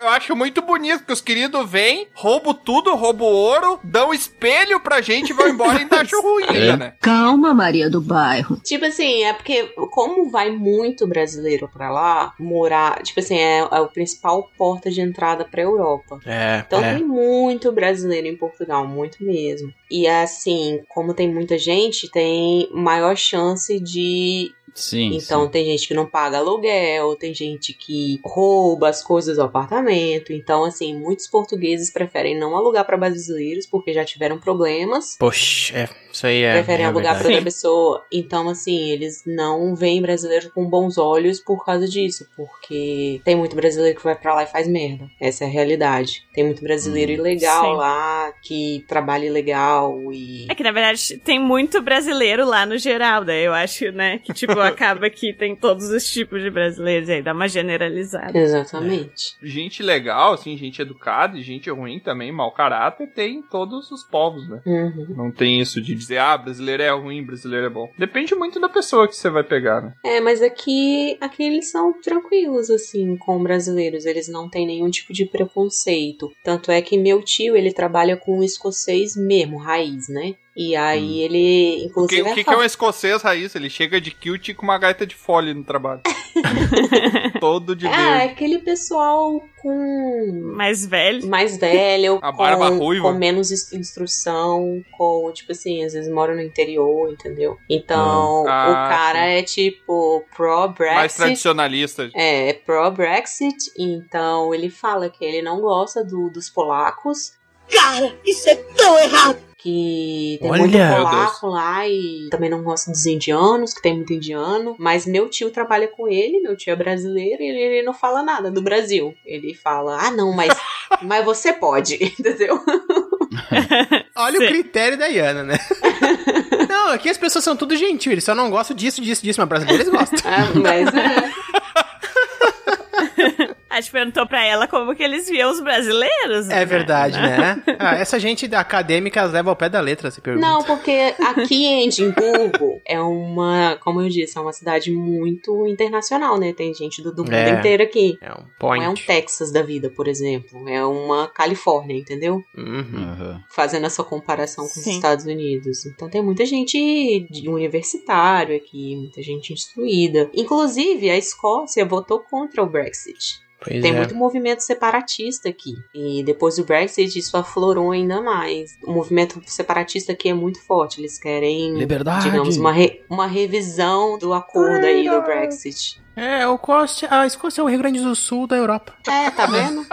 Speaker 2: Eu acho muito bonito que os queridos vêm, roubam tudo, roubam ouro, dão espelho pra gente e vão embora e ainda acham ruim,
Speaker 3: É.
Speaker 2: né?
Speaker 11: Calma, Maria do Bairro.
Speaker 4: Tipo assim, é porque como vai muito brasileiro pra lá morar, tipo assim, é, é o principal porta de entrada pra Europa.
Speaker 1: É,
Speaker 4: Então
Speaker 1: é.
Speaker 4: tem muito brasileiro em Portugal, muito mesmo. E assim, como tem muita gente, tem maior chance de.
Speaker 3: Sim.
Speaker 4: então tem gente que não paga aluguel, tem gente que rouba as coisas do apartamento. Então, assim, muitos portugueses preferem não alugar pra brasileiros porque já tiveram problemas
Speaker 1: Poxa, é, isso aí é.
Speaker 4: preferem
Speaker 1: é
Speaker 4: alugar
Speaker 1: verdade.
Speaker 4: pra outra pessoa. Então, assim, eles não veem brasileiro com bons olhos por causa disso, porque tem muito brasileiro que vai pra lá e faz merda. Essa é a realidade. Tem muito
Speaker 1: Hum.
Speaker 4: brasileiro ilegal
Speaker 6: Sim.
Speaker 4: lá, que trabalha ilegal e.
Speaker 6: É que na verdade tem muito brasileiro lá no geral, daí eu acho, né? Que tipo, acaba que tem todos os tipos de brasileiros e aí, dá uma generalizada.
Speaker 4: Exatamente.
Speaker 2: Gente legal, assim, gente educada e gente ruim também, mau caráter, tem em todos os povos, né?
Speaker 4: Uhum.
Speaker 2: Não tem isso de dizer, ah, brasileiro é ruim, brasileiro é bom. Depende muito da pessoa que você vai pegar, né?
Speaker 4: É, mas aqui, aqui eles são tranquilos, assim, com brasileiros. Eles não têm nenhum tipo de preconceito. Tanto é que meu tio, ele trabalha com escocês mesmo, raiz, né? E aí
Speaker 2: Hum.
Speaker 4: ele,
Speaker 2: O que,
Speaker 4: inclusive.
Speaker 2: o que que é um escocês raiz? Ele chega de kilt com uma gaita de fole no trabalho. Todo de
Speaker 4: Ah, é
Speaker 2: verde.
Speaker 4: aquele pessoal com
Speaker 6: Mais velho.
Speaker 4: mais velho,
Speaker 2: A
Speaker 4: com,
Speaker 2: barba ruiva.
Speaker 4: com menos is- instrução, com, tipo assim, às vezes mora no interior, entendeu? Então,
Speaker 2: Ah,
Speaker 4: o cara é tipo
Speaker 2: Mais
Speaker 4: pro-Brexit.
Speaker 2: tradicionalista.
Speaker 4: É, é pro-Brexit, então ele fala que ele não gosta do- dos polacos,
Speaker 5: Cara, isso é tão errado!
Speaker 4: que tem
Speaker 1: Olha!
Speaker 4: muito
Speaker 1: Meu
Speaker 4: polaco lá e também não gosta dos indianos, que tem muito indiano. Mas meu tio trabalha com ele, meu tio é brasileiro e ele, ele não fala nada do Brasil. Ele fala, ah não, mas, mas você pode, entendeu?
Speaker 1: Olha o
Speaker 6: Sim.
Speaker 1: critério da Iana, né? não, aqui as pessoas são tudo gentil, eles só não gostam disso, disso, disso, mas brasileiros gostam.
Speaker 4: Ah, mas é.
Speaker 6: A gente perguntou pra ela como que eles viam os brasileiros.
Speaker 1: É
Speaker 6: né?
Speaker 1: verdade, né? Ah, essa gente da acadêmica leva ao pé da letra, se pergunta.
Speaker 4: Não, porque aqui em Edimburgo é uma, como eu disse, é uma cidade muito internacional, né? Tem gente do, do mundo
Speaker 1: É.
Speaker 4: inteiro aqui.
Speaker 1: É um
Speaker 4: Não
Speaker 1: point.
Speaker 4: é um Texas da vida, por exemplo. É uma Califórnia, entendeu?
Speaker 1: Uhum.
Speaker 3: Aham.
Speaker 4: fazendo essa comparação com os
Speaker 6: Sim.
Speaker 4: Estados Unidos. Então tem muita gente de universitário aqui, muita gente instruída. Inclusive, a Escócia votou contra o Brexit.
Speaker 1: Pois
Speaker 4: Tem
Speaker 1: é.
Speaker 4: muito movimento separatista aqui. E depois do Brexit, isso aflorou ainda mais. O movimento separatista aqui é muito forte. Eles querem,
Speaker 3: Liberdade.
Speaker 4: digamos, uma, re- uma revisão do acordo aí do Brexit.
Speaker 1: É, o Costa, a Escócia é o Rio Grande do Sul da Europa.
Speaker 4: É, tá vendo?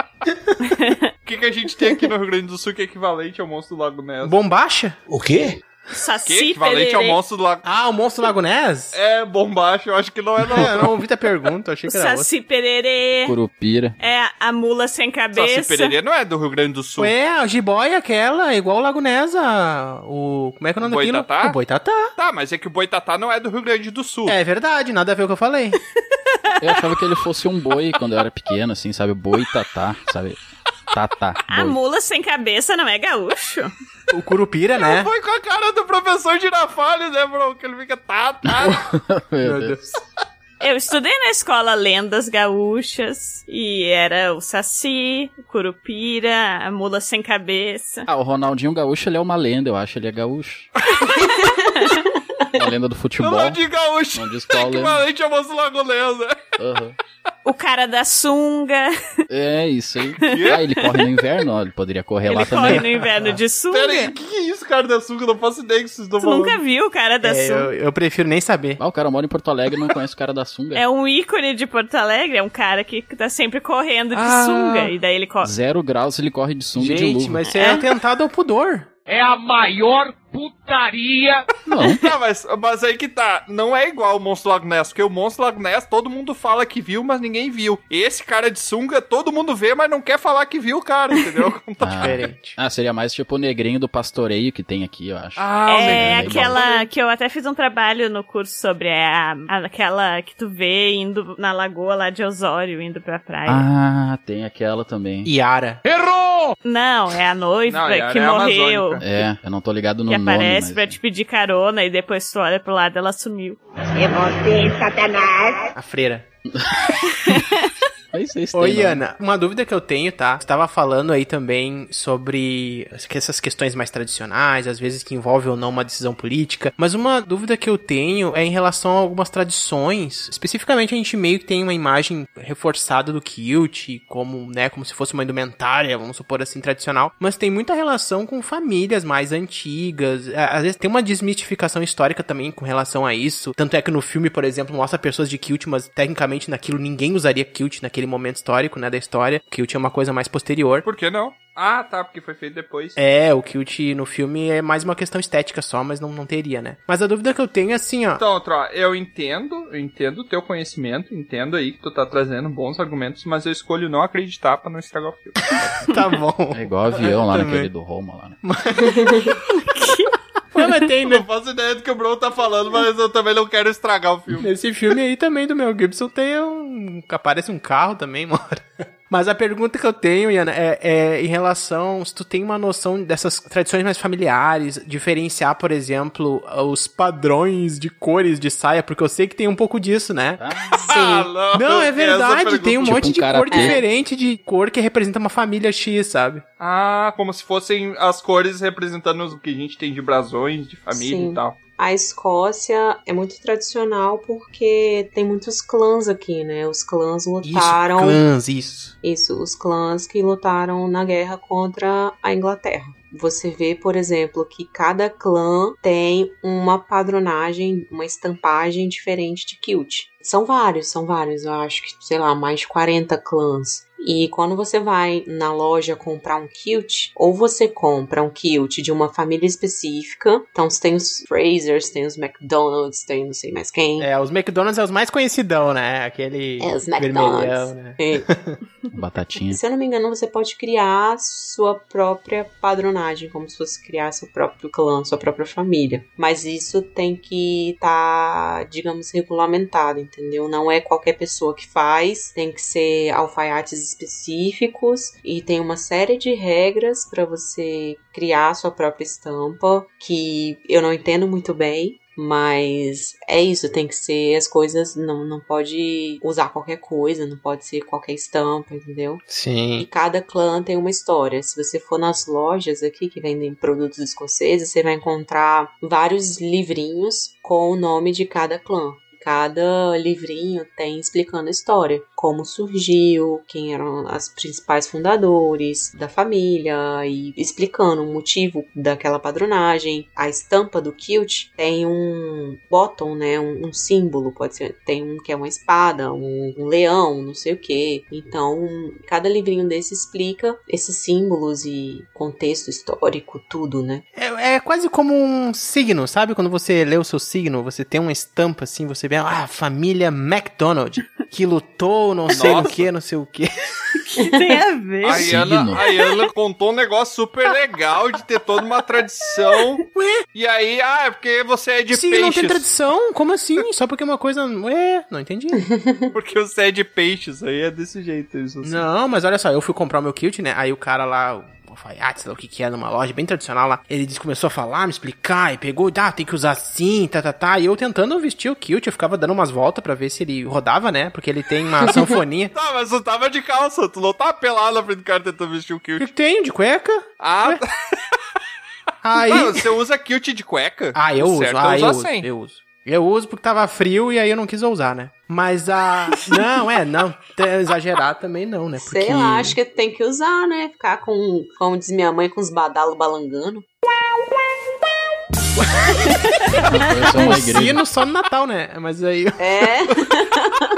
Speaker 2: O que, que a gente tem aqui no Rio Grande do Sul que é equivalente ao monstro do Lago Ness?
Speaker 1: Bombacha?
Speaker 10: O quê?
Speaker 2: que
Speaker 6: Saci
Speaker 2: equivalente ao
Speaker 6: pererê.
Speaker 2: monstro do Lago
Speaker 1: Ah, o monstro do Lago Ness?
Speaker 2: É, bombacho, eu acho que não é não.
Speaker 1: É, eu não ouvi a pergunta, eu achei que era outra.
Speaker 6: Saci pererê.
Speaker 3: Curupira.
Speaker 6: É a mula sem
Speaker 2: Saci
Speaker 6: cabeça.
Speaker 2: Pererê não é do Rio Grande do Sul.
Speaker 1: Ué, a jiboia aquela, igual o Lago Ness, a- o... Como é que é o nome
Speaker 2: Boitatá?
Speaker 1: daquilo? O Boitatá.
Speaker 2: Tá, mas é que o Boitatá não é do Rio Grande do Sul.
Speaker 1: É verdade, nada a ver com o que eu falei.
Speaker 3: Eu achava que ele fosse um boi quando eu era pequeno, assim, sabe? Boi tatá, sabe? Tatá.
Speaker 2: é
Speaker 6: A
Speaker 3: boi.
Speaker 6: mula sem cabeça não é gaúcho.
Speaker 1: O Curupira, né?
Speaker 2: Foi com a cara do professor Girafales, né, bro? Que ele fica tá, tá.
Speaker 3: Meu Deus.
Speaker 6: Eu estudei na escola lendas gaúchas e era o Saci, o Curupira, a mula sem cabeça.
Speaker 3: Ah, o Ronaldinho Gaúcho, ele é uma lenda, eu acho. Ele é gaúcho. uma lenda do futebol.
Speaker 2: Não de gaúcho.
Speaker 3: Não diz qual lenda.
Speaker 2: Equivalente ao monstro do Lago Ness, né?
Speaker 3: Aham.
Speaker 6: O cara da sunga.
Speaker 3: É isso aí. Ah, ele corre no inverno, ó. Ele poderia correr lá
Speaker 6: Ele
Speaker 3: também.
Speaker 6: corre no inverno de
Speaker 2: Pera aí,
Speaker 6: sunga.
Speaker 2: o que, que é isso, cara da Suga? Eu Não faço ideia que vocês estão
Speaker 6: Tu
Speaker 2: falando.
Speaker 6: nunca viu o cara da
Speaker 1: É,
Speaker 6: sunga?
Speaker 1: eu, eu prefiro nem saber.
Speaker 3: Ah, o cara mora em Porto Alegre e não conhece o cara da sunga.
Speaker 6: É um ícone de Porto Alegre, é um cara que tá sempre correndo de
Speaker 1: Ah.
Speaker 6: sunga. E daí ele corre.
Speaker 3: Zero graus ele corre de sunga e de
Speaker 1: Gente,
Speaker 3: luva.
Speaker 1: mas isso é atentado ao pudor.
Speaker 5: É a maior puta.
Speaker 2: putaria. Não. não mas, mas aí que tá. Não é igual o Monstro Loch Ness, porque o Monstro Loch Ness todo mundo fala que viu, mas ninguém viu. Esse cara de sunga, todo mundo vê, mas não quer falar que viu o cara, entendeu? Então, Como
Speaker 3: tá diferente. Ah, seria mais tipo o negrinho do pastoreio que tem aqui, eu acho.
Speaker 2: Ah,
Speaker 3: o
Speaker 6: É
Speaker 3: negrinho do
Speaker 6: aquela que eu até fiz um trabalho no curso sobre a, a- aquela que tu vê indo na lagoa lá de Osório, indo pra praia.
Speaker 3: Ah, tem aquela também.
Speaker 1: Yara.
Speaker 6: Errou! Não, é a noiva
Speaker 3: Não, Yara
Speaker 6: que
Speaker 3: é
Speaker 6: morreu.
Speaker 3: É, eu não tô ligado no
Speaker 6: que
Speaker 3: nome.
Speaker 6: aparece
Speaker 3: mas-
Speaker 6: pra te pedir carona e depois tu olha pro lado ela sumiu.
Speaker 12: É você, Satanás.
Speaker 1: A freira.
Speaker 2: É
Speaker 3: têm
Speaker 1: Oi,
Speaker 3: nome.
Speaker 1: Ana. Uma dúvida que eu tenho, tá? Você tava falando aí também sobre as- que essas questões mais tradicionais, às vezes que envolve ou não uma decisão política. Mas uma dúvida que eu tenho é em relação a algumas tradições. Especificamente, a gente meio que tem uma imagem reforçada do kilt, como, né, como se fosse uma indumentária, vamos supor assim, tradicional. Mas tem muita relação com famílias mais antigas. Á- Às vezes tem uma desmistificação histórica também com relação a isso. Tanto é que no filme, por exemplo, mostra pessoas de kilt, mas tecnicamente naquilo ninguém usaria kilt naquele momento histórico, né, da história. Kilt é uma coisa mais posterior.
Speaker 2: Por que não? Ah, tá, porque foi feito depois.
Speaker 1: É, o kilt no filme é mais uma questão estética só, mas não, não teria, né? Mas a dúvida que eu tenho é assim, ó.
Speaker 2: Então, Tro, eu entendo, eu entendo o teu conhecimento, entendo aí que tu tá trazendo bons argumentos, mas eu escolho não acreditar pra não estragar o filme.
Speaker 1: tá bom.
Speaker 3: É igual avião lá
Speaker 2: Também.
Speaker 3: naquele do Roma lá, né?
Speaker 1: Não, mas tem, né?
Speaker 2: Não faço ideia do que o Bruno tá falando, mas eu também não quero estragar o filme.
Speaker 1: Nesse filme aí também do Mel Gibson tem um. Aparece um carro também, uma hora. Mas a pergunta que eu tenho, Iana, é, é em relação se tu tem uma noção dessas tradições mais familiares, diferenciar, por exemplo, os padrões de cores de saia, porque eu sei que tem um pouco disso, né?
Speaker 3: Tá,
Speaker 2: Ah,
Speaker 1: não, é
Speaker 2: essa pergunta.
Speaker 1: verdade, tem um
Speaker 2: Tipo
Speaker 1: monte
Speaker 2: um
Speaker 1: de cor
Speaker 2: karatê.
Speaker 1: diferente de cor que representa uma família X, sabe?
Speaker 2: Ah, como se fossem as cores representando o que a gente tem de brasões, de família
Speaker 4: Sim.
Speaker 2: e tal.
Speaker 4: A Escócia é muito tradicional porque tem muitos clãs aqui, né? Os clãs lutaram.
Speaker 1: clãs, isso.
Speaker 4: Isso, os clãs que lutaram na guerra contra a Inglaterra. Você vê, por exemplo, que cada clã tem uma padronagem, uma estampagem diferente de kilt. São vários, são vários, eu acho que, sei lá, mais de 40 clãs. E quando você vai na loja comprar um kilt, ou você compra um kilt de uma família específica, então você tem os Frasers, tem os McDonald's, tem não sei mais quem.
Speaker 1: É, os McDonald's é os mais conhecidão, né? Aquele
Speaker 4: É, os
Speaker 1: vermelhão,
Speaker 4: McDonald's.
Speaker 1: né?
Speaker 4: É.
Speaker 3: Batatinha.
Speaker 4: Se eu não me engano, você pode criar sua própria padronagem, como se fosse criar seu próprio clã, sua própria família. Mas isso tem que estar, digamos, regulamentado, entendeu? Não é qualquer pessoa que faz, tem que ser alfaiates específicos e tem uma série de regras para você criar sua própria estampa, que eu não entendo muito bem. Mas é isso, tem que ser as coisas, não, não pode usar qualquer coisa, não pode ser qualquer estampa, entendeu?
Speaker 1: Sim.
Speaker 4: E cada clã tem uma história. Se você for nas lojas aqui que vendem produtos escoceses, você vai encontrar vários livrinhos com o nome de cada clã. Cada livrinho tem explicando a história, como surgiu, quem eram as principais fundadores da família e explicando o motivo daquela padronagem. A estampa do kilt tem um bottom, né, um, um símbolo, pode ser, tem um que é uma espada, um, um leão, não sei o que. Então, cada livrinho desse explica esses símbolos e contexto histórico, tudo, né?
Speaker 1: É, é quase como um signo, sabe? Quando você lê o seu signo, você tem uma estampa assim, você vê, ah, família McDonald, que lutou, não sei o
Speaker 2: Nossa.
Speaker 1: que, não sei o que.
Speaker 6: que tem a ver?
Speaker 2: A Iana, a Iana contou um negócio super legal de ter toda uma tradição. E aí, ah, é porque você é de
Speaker 1: Sim, não tem
Speaker 2: peixes.
Speaker 1: tradição? Como assim? Só porque é uma coisa. Ué, não entendi.
Speaker 2: porque você é de peixes, aí é desse jeito. Isso, assim.
Speaker 1: Não, mas olha só, eu fui comprar o meu kilt, né? Aí o cara lá, o alfaiate, sei lá o que que é, numa loja bem tradicional lá, ele disse- começou a falar, me explicar, e pegou, ah, tem que usar assim, tá, tá, tá. E eu tentando vestir o kilt, eu ficava dando umas voltas pra ver se ele rodava, né? Porque ele tem uma sanfoninha.
Speaker 2: Tá, mas tu tava de calça, tu não tava pelado na frente do cara tentando vestir o kilt.
Speaker 1: Eu tenho, de cueca.
Speaker 2: Ah, tá.
Speaker 1: Aí...
Speaker 2: Não, você usa kilt de cueca?
Speaker 1: Ah, eu
Speaker 2: O
Speaker 1: uso,
Speaker 2: certo é
Speaker 1: ah,
Speaker 2: usar
Speaker 1: eu uso,
Speaker 2: sem.
Speaker 1: eu uso. Eu uso porque tava frio e aí eu não quis usar, né? Mas a. não, é, não. te- Exagerar também não, né? Porque...
Speaker 4: Sei lá, acho que tem que usar, né? Ficar com, como diz minha mãe, com os badalo balangando.
Speaker 1: é
Speaker 3: uma
Speaker 4: assim.
Speaker 1: um
Speaker 3: igreja.
Speaker 1: sino só no Natal, né? Mas aí.
Speaker 4: É.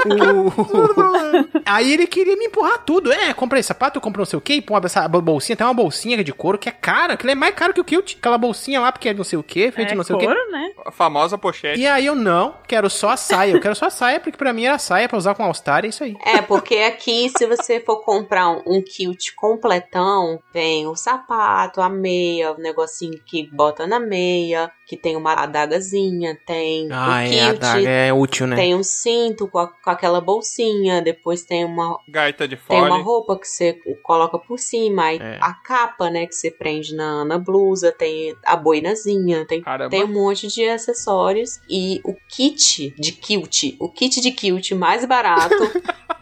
Speaker 1: O- Aí ele queria me empurrar tudo. É, comprei sapato, comprei não sei o que, pô, essa bolsinha, tem uma bolsinha de couro que é cara, que é mais caro que o Kilt. Aquela bolsinha lá, porque é não sei o que, feito
Speaker 6: É
Speaker 1: não sei o
Speaker 6: couro,
Speaker 1: que.
Speaker 6: né?
Speaker 2: A famosa pochete.
Speaker 1: E aí eu não, quero só a saia. Eu quero só a saia, porque pra mim era saia pra usar com All-Star, é isso aí.
Speaker 4: É, porque aqui, se você for comprar um, um kilt completão, vem o sapato, a meia, o negocinho que bota na meia, que tem uma adagazinha, tem o kilt,
Speaker 1: é útil,
Speaker 4: tem um cinto com, a- com aquela bolsinha, depois tem uma,
Speaker 2: Gaita de
Speaker 4: tem uma
Speaker 2: fole.
Speaker 4: roupa que você coloca por cima, aí
Speaker 2: É.
Speaker 4: a capa, né, que você prende na, na blusa, tem a boinazinha, tem,
Speaker 2: Caramba.
Speaker 4: tem um monte de acessórios. E o kit de kilt, o kit de kilt mais barato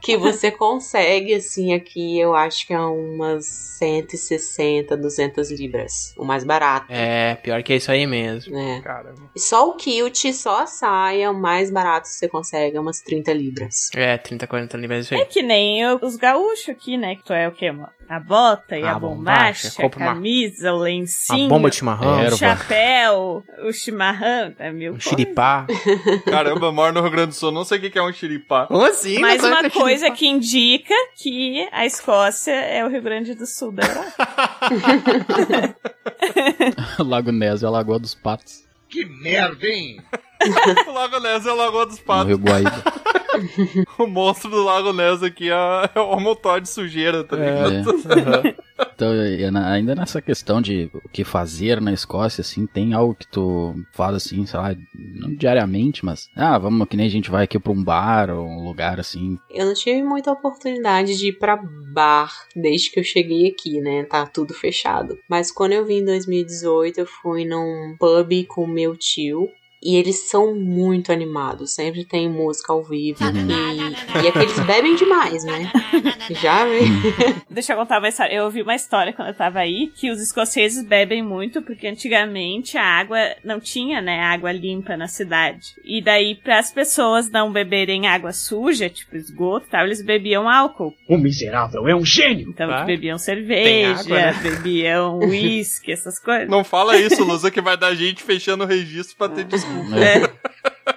Speaker 4: que você consegue, assim, aqui eu acho que é umas 160, 200 libras, o mais barato.
Speaker 1: É, pior que é isso aí mesmo.
Speaker 4: É.
Speaker 2: Caramba.
Speaker 4: E Só o kilt, só a saia, o mais barato que você consegue é umas 30 libras.
Speaker 1: É, 30, 40 libras, é isso
Speaker 6: É
Speaker 1: aí.
Speaker 6: que nem o- os gaúchos aqui, né? Que tu é o quê, mano? A bota e
Speaker 1: A
Speaker 6: a,
Speaker 1: bombacha,
Speaker 6: bombacha, a
Speaker 1: compra uma-
Speaker 6: camisa, o lencinho.
Speaker 1: uma bomba de chimarrão.
Speaker 6: O
Speaker 1: Erva.
Speaker 6: chapéu, o chimarrão, é mil
Speaker 1: Um
Speaker 6: coisas.
Speaker 1: xiripá.
Speaker 2: Caramba, eu moro no Rio Grande do Sul, não sei o que que é um xiripá.
Speaker 1: Como assim?
Speaker 6: Mais uma coisa que indica que a Escócia é o Rio Grande do Sul da Europa.
Speaker 3: Lago Nésio é a Lagoa dos Patos,
Speaker 2: Que merda, hein? o Lago Ness é o Lagoa dos
Speaker 3: no
Speaker 2: Patos.
Speaker 3: Rio Guaíba.
Speaker 2: O monstro do Lago Ness aqui é é o homotó de sujeira,
Speaker 1: É.
Speaker 2: tá ligado?
Speaker 3: É, Então, e na- ainda nessa questão de o que fazer na Escócia, assim, tem algo que tu faz, assim, sei lá, não diariamente, mas, ah, vamos, que nem a gente vai aqui pra um bar ou um lugar, assim,
Speaker 4: Eu não tive muita oportunidade de ir pra bar desde que eu cheguei aqui, né? Tá tudo fechado. Mas quando eu vim em 2018, eu fui num pub com meu tio. E eles são muito animados, sempre tem música ao vivo. E, e é que eles bebem demais, né? Já vi.
Speaker 6: Deixa eu contar uma história. Eu ouvi uma história quando eu tava aí que os escoceses bebem muito porque antigamente a água não tinha, né, água limpa na cidade. E daí para as pessoas não beberem água suja, tipo esgoto, e tal, eles bebiam álcool.
Speaker 13: O miserável é um gênio.
Speaker 6: Então
Speaker 13: Tá.
Speaker 6: eles bebiam cerveja,
Speaker 13: Tem água, né?
Speaker 6: bebiam uísque, essas coisas.
Speaker 2: Não fala isso, Lusa, que vai dar gente fechando o registro pra ter desculpa.
Speaker 3: né?
Speaker 6: né? É.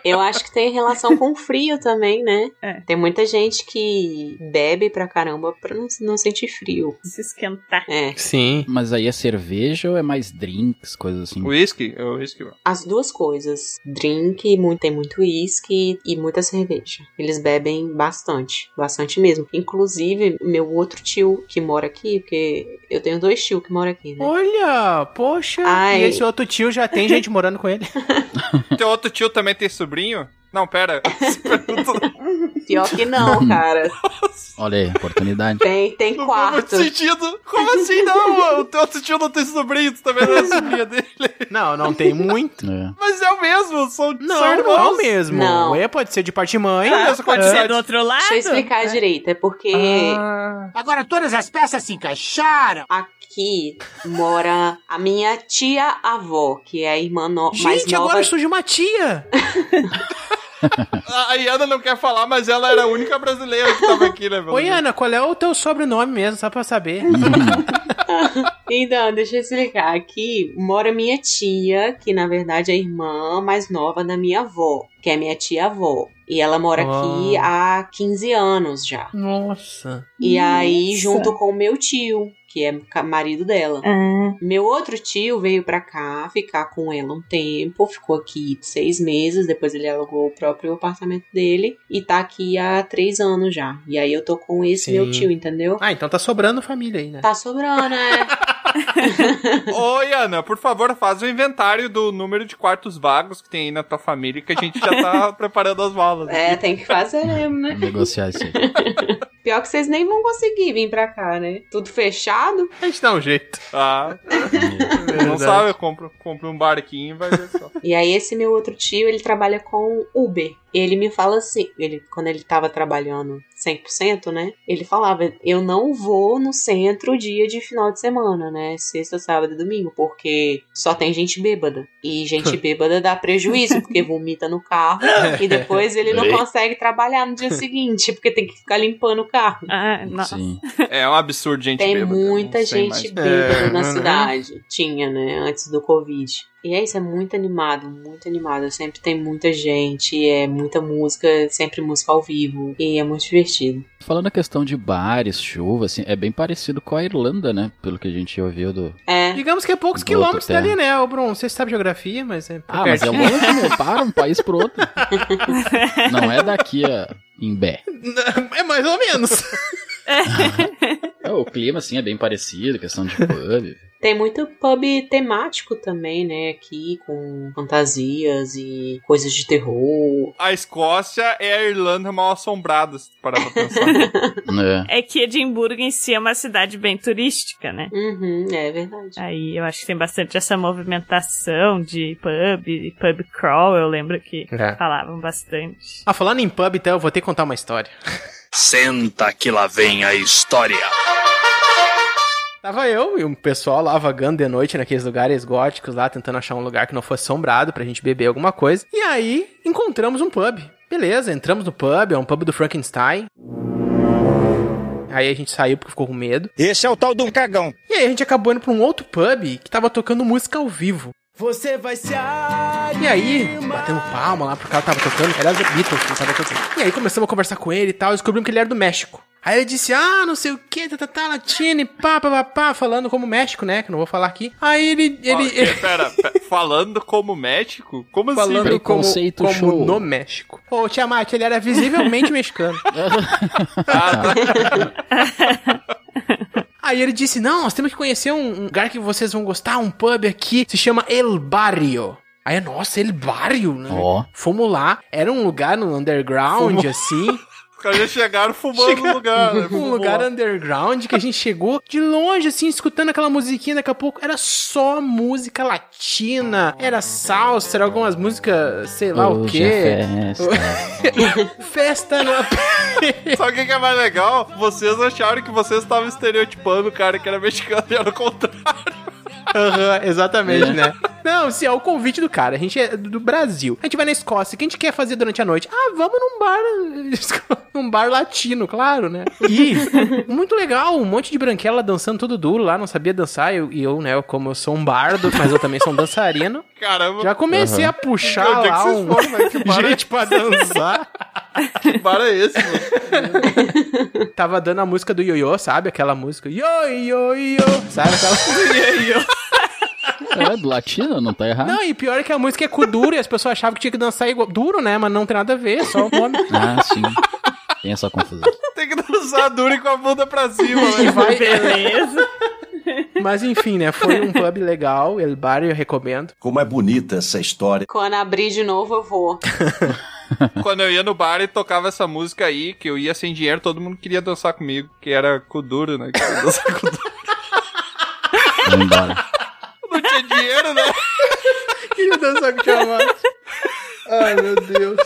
Speaker 4: Eu acho que tem relação com o frio também, né? Tem muita gente que bebe pra caramba pra não, não sentir frio.
Speaker 6: Se esquentar.
Speaker 4: É.
Speaker 1: Sim.
Speaker 3: Mas aí é cerveja ou é mais drinks, coisas assim?
Speaker 2: Whisky? É o whisky, mano.
Speaker 4: As duas coisas. Drink, mu- tem muito uísque e muita cerveja. Eles bebem bastante, bastante mesmo. Inclusive, meu outro tio que mora aqui, porque eu tenho dois tios que moram aqui, né?
Speaker 1: Olha, poxa.
Speaker 4: Ai.
Speaker 1: E esse outro tio já tem gente morando com ele.
Speaker 2: Teu outro tio também tem sobrinho? Não, pera.
Speaker 4: Pior que não, cara.
Speaker 3: Olha aí, oportunidade.
Speaker 4: Tem, tem quarto.
Speaker 2: Sentido? Como assim não, mano? O teu outro tio não tem sobrinho, tu também não é sobrinha dele.
Speaker 1: Não, não tem muito.
Speaker 3: É.
Speaker 2: Mas é o mesmo, são,
Speaker 1: Não,
Speaker 2: são
Speaker 1: não é o
Speaker 2: irmãos.
Speaker 1: mesmo.
Speaker 4: Não.
Speaker 1: É, pode ser de parte e mãe. é.
Speaker 2: Ah, pode ser do
Speaker 6: outro lado.
Speaker 4: Deixa eu explicar direito, é porque
Speaker 13: Agora todas as peças se encaixaram.
Speaker 4: aqui mora a minha tia-avó, que é a irmã no mais
Speaker 1: Gente,
Speaker 4: nova.
Speaker 1: agora surge uma tia.
Speaker 2: A a Iana não quer falar, mas ela era a única brasileira que tava aqui, né, meu?
Speaker 1: Oi, Ana, qual é o teu sobrenome mesmo, só pra saber?
Speaker 4: Então, deixa eu explicar. Aqui mora minha tia, que na verdade é a irmã mais nova da minha avó, que é minha tia-avó. E ela mora aqui há 15 anos já.
Speaker 1: Nossa.
Speaker 4: E aí,
Speaker 6: Nossa.
Speaker 4: junto com o meu tio, que é ca- marido dela. Meu outro tio veio pra cá ficar com ela um tempo, ficou aqui seis meses, depois ele alugou o próprio apartamento dele e tá aqui há três anos já. E aí eu tô com esse
Speaker 1: Sim.
Speaker 4: meu tio, entendeu?
Speaker 1: Ah, então tá sobrando família aí, né?
Speaker 4: Tá sobrando, né?
Speaker 2: Oi, Ana, por favor, faz o inventário do número de quartos vagos que tem aí na tua família, que a gente já tá preparando as malas.
Speaker 4: É, tem que fazer mesmo, né?
Speaker 3: Negociar isso aí.
Speaker 4: Pior que vocês nem vão conseguir vir pra cá, né? Tudo fechado.
Speaker 1: A gente dá um jeito. É
Speaker 2: Ah, não
Speaker 1: verdade.
Speaker 2: sabe, eu compro, compro um barquinho e vai ver só.
Speaker 4: E aí esse meu outro tio, ele trabalha com Uber. Ele me fala assim, ele quando ele tava trabalhando 100%, né? Ele falava, eu não vou no centro dia de final de semana, né? Sexta, sábado e domingo, porque só tem gente bêbada. E gente bêbada dá prejuízo, porque vomita no carro e depois ele não
Speaker 2: Ei.
Speaker 4: consegue trabalhar no dia seguinte, porque tem que ficar limpando o carro.
Speaker 6: Ah, nossa.
Speaker 3: Sim.
Speaker 2: É um absurdo, gente.
Speaker 4: Tem
Speaker 2: bêbada,
Speaker 4: muita
Speaker 2: não sei
Speaker 4: gente
Speaker 2: mais.
Speaker 4: bêbada
Speaker 1: É,
Speaker 4: na
Speaker 1: né?
Speaker 4: cidade. Tinha, né? Antes do Covid. E é isso, é muito animado, muito animado. Sempre tem muita gente, é muita música, sempre música ao vivo. E é muito divertido.
Speaker 3: Falando a questão de bares, chuva, assim, é bem parecido com a Irlanda, né? Pelo que a gente ouviu do.
Speaker 4: É.
Speaker 1: Digamos que é poucos
Speaker 3: Do
Speaker 1: quilômetros
Speaker 3: outro
Speaker 1: dali, né, ô Bruno? Não sei se sabe geografia, mas é.
Speaker 3: Ah, mas é
Speaker 1: pertinho.
Speaker 3: longe, né? Para um país pro outro. Não é daqui a Imbé.
Speaker 1: É mais ou menos.
Speaker 3: É, o clima, assim, é bem parecido, questão de pub.
Speaker 4: Tem muito pub temático também, né? Aqui, com fantasias e coisas de terror.
Speaker 2: A Escócia é a Irlanda mal assombrada, se tu parar pra pensar.
Speaker 3: né?
Speaker 6: É que Edimburgo em si é uma cidade bem turística, né?
Speaker 4: Uhum, é verdade.
Speaker 6: Aí eu acho que tem bastante essa movimentação de pub, e pub crawl, eu lembro que
Speaker 1: É.
Speaker 6: falavam bastante.
Speaker 1: Ah, falando em pub, então, eu vou ter que contar uma história.
Speaker 14: Senta que lá vem a história.
Speaker 1: Tava eu e um pessoal lá vagando de noite naqueles lugares góticos lá, tentando achar um lugar que não fosse assombrado pra gente beber alguma coisa. E aí, encontramos um pub. Beleza, entramos no pub, é um pub do Frankenstein. Aí a gente saiu porque ficou com medo. Esse é o tal do cagão. E aí a gente acabou indo pra um outro pub que tava tocando música ao vivo. Você vai se E aí, batendo palma lá pro cara que tava tocando, era The Beatles que tava tocando. E aí começamos a conversar com ele e tal, descobrimos que ele era do México. Aí ele disse, ah, não sei o que, tá, tá, tá, latino, e pá, pá, pá, pá, falando como México, né, que eu não vou falar aqui. Aí ele,
Speaker 2: Fala-
Speaker 1: ele, ele
Speaker 2: Pera, pera, falando como médico? Como
Speaker 1: falando
Speaker 2: assim?
Speaker 1: como, como no México. Ô, Tiamat, ele era visivelmente mexicano. Aí ele disse, não, nós temos que conhecer um um lugar que vocês vão gostar, um pub aqui, se chama El Barrio. Aí, eu, nossa, El Barrio, né?
Speaker 3: Ó.
Speaker 1: Fomos lá, era um lugar no underground,
Speaker 2: Fomos.
Speaker 1: assim.
Speaker 2: Os caras já chegaram fumando no lugar. né?
Speaker 1: Um lugar underground que a gente chegou de longe, assim, escutando aquela musiquinha. Daqui a pouco era só música latina, era salsa, era algumas músicas, sei lá o
Speaker 3: Hoje
Speaker 1: quê.
Speaker 3: é
Speaker 1: festa no
Speaker 2: Sabe o que que é mais legal? Vocês acharam que vocês estavam estereotipando o cara que era mexicano e era o contrário.
Speaker 1: Aham, exatamente, né? Não, se é o convite do cara. A gente é do Brasil. A gente vai na Escócia. O que a gente quer fazer durante a noite? Ah, vamos num bar. num bar latino, claro, né? E muito legal. Um monte de branquela dançando tudo duro lá. Não sabia dançar. Eu, e eu, né? Como eu sou um bardo, mas eu também sou um dançarino.
Speaker 2: Caramba.
Speaker 1: Já comecei a puxar
Speaker 2: Onde é que
Speaker 1: lá
Speaker 2: vocês
Speaker 1: um-
Speaker 2: foram, né? Que bar é
Speaker 1: gente pra dançar.
Speaker 2: Que bar é esse, mano?
Speaker 1: Tava dando a música do Yoyo, sabe? Aquela música. Yo, yo, yo. Sabe aquela. yo, yo.
Speaker 3: É, do latino, não tá errado.
Speaker 1: Não, e pior é que a música é cu duro e as pessoas achavam que tinha que dançar igual. Duro, né? Mas não tem nada a ver, só o nome.
Speaker 3: Ah, sim. Tem essa confusão.
Speaker 2: Tem que dançar duro e com a bunda pra cima, né?
Speaker 1: vai-
Speaker 6: Beleza.
Speaker 1: Mas enfim, né? Foi um pub legal, El Bar, eu recomendo.
Speaker 15: Como é bonita essa história.
Speaker 4: Quando abrir de novo, eu vou.
Speaker 2: Quando eu ia no bar e tocava essa música aí, que eu ia sem dinheiro, todo mundo queria dançar comigo, que era Kuduro, né? Que era dançar com duro.
Speaker 3: Vamos embora.
Speaker 2: Não tinha dinheiro, né?
Speaker 1: Queria dançar com o Tiamat. tá Ai, meu Deus.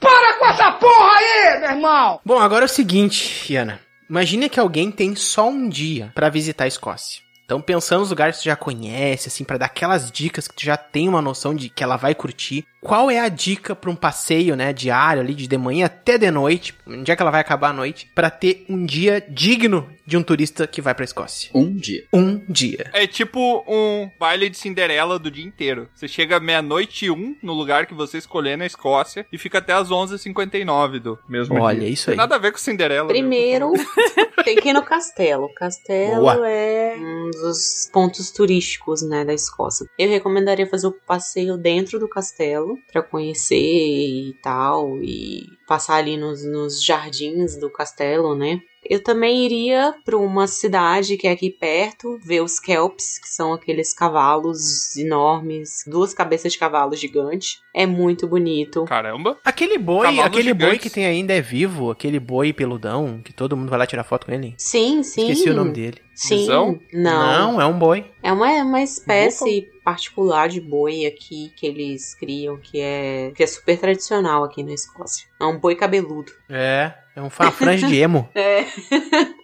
Speaker 5: Para com essa porra aí, meu irmão!
Speaker 1: Bom, agora é o seguinte, Iana. Imagina que alguém tem só um dia pra visitar a Escócia. Então pensando nos lugares que tu já conhece, assim, pra dar aquelas dicas que tu já tem uma noção de que ela vai curtir. Qual é a dica pra um passeio, né, diário ali de de manhã até de noite, onde é que ela vai acabar a noite, pra ter um dia digno de um turista que vai pra Escócia?
Speaker 3: Um dia.
Speaker 1: Um dia.
Speaker 2: É tipo um baile de Cinderela do dia inteiro. Você chega meia-noite e um no lugar que você escolher na Escócia e fica até as 11h59 do mesmo
Speaker 1: Olha,
Speaker 2: Um
Speaker 1: é
Speaker 2: dia.
Speaker 1: isso aí.
Speaker 2: Tem nada a ver com Cinderela. né?
Speaker 4: Primeiro, tem que ir no castelo. O castelo
Speaker 2: Boa.
Speaker 4: é um dos pontos turísticos, né, da Escócia. Eu recomendaria fazer o passeio dentro do castelo pra conhecer e tal e passar ali nos, nos jardins do castelo, né? Eu também iria pra uma cidade que é aqui perto, ver os kelps, que são aqueles cavalos enormes, duas cabeças de cavalo gigante. É muito bonito.
Speaker 2: Caramba.
Speaker 1: Aquele boi,
Speaker 4: Cavalos
Speaker 1: aquele boi
Speaker 4: gigantes.
Speaker 1: que tem ainda é vivo, aquele boi peludão, que todo mundo vai lá tirar foto com ele.
Speaker 4: Sim, sim.
Speaker 1: Esqueci o nome dele.
Speaker 4: Sim.
Speaker 1: Bisão?
Speaker 4: Não.
Speaker 1: Não, é um boi.
Speaker 4: É uma, é uma espécie particular de boi aqui que eles criam, que é, que é super tradicional aqui na Escócia. É um boi cabeludo.
Speaker 1: É, é um fa- franja de emo.
Speaker 4: É.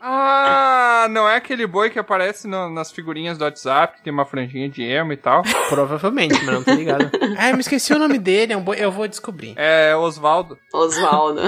Speaker 2: Ah, não é aquele boi que aparece no- nas figurinhas do WhatsApp, que tem uma franjinha de emo e tal.
Speaker 1: Provavelmente, mas não tô ligado. Ah, eu me esqueci o nome dele, é um boi, eu vou descobrir.
Speaker 2: É Osvaldo.
Speaker 4: Osvaldo.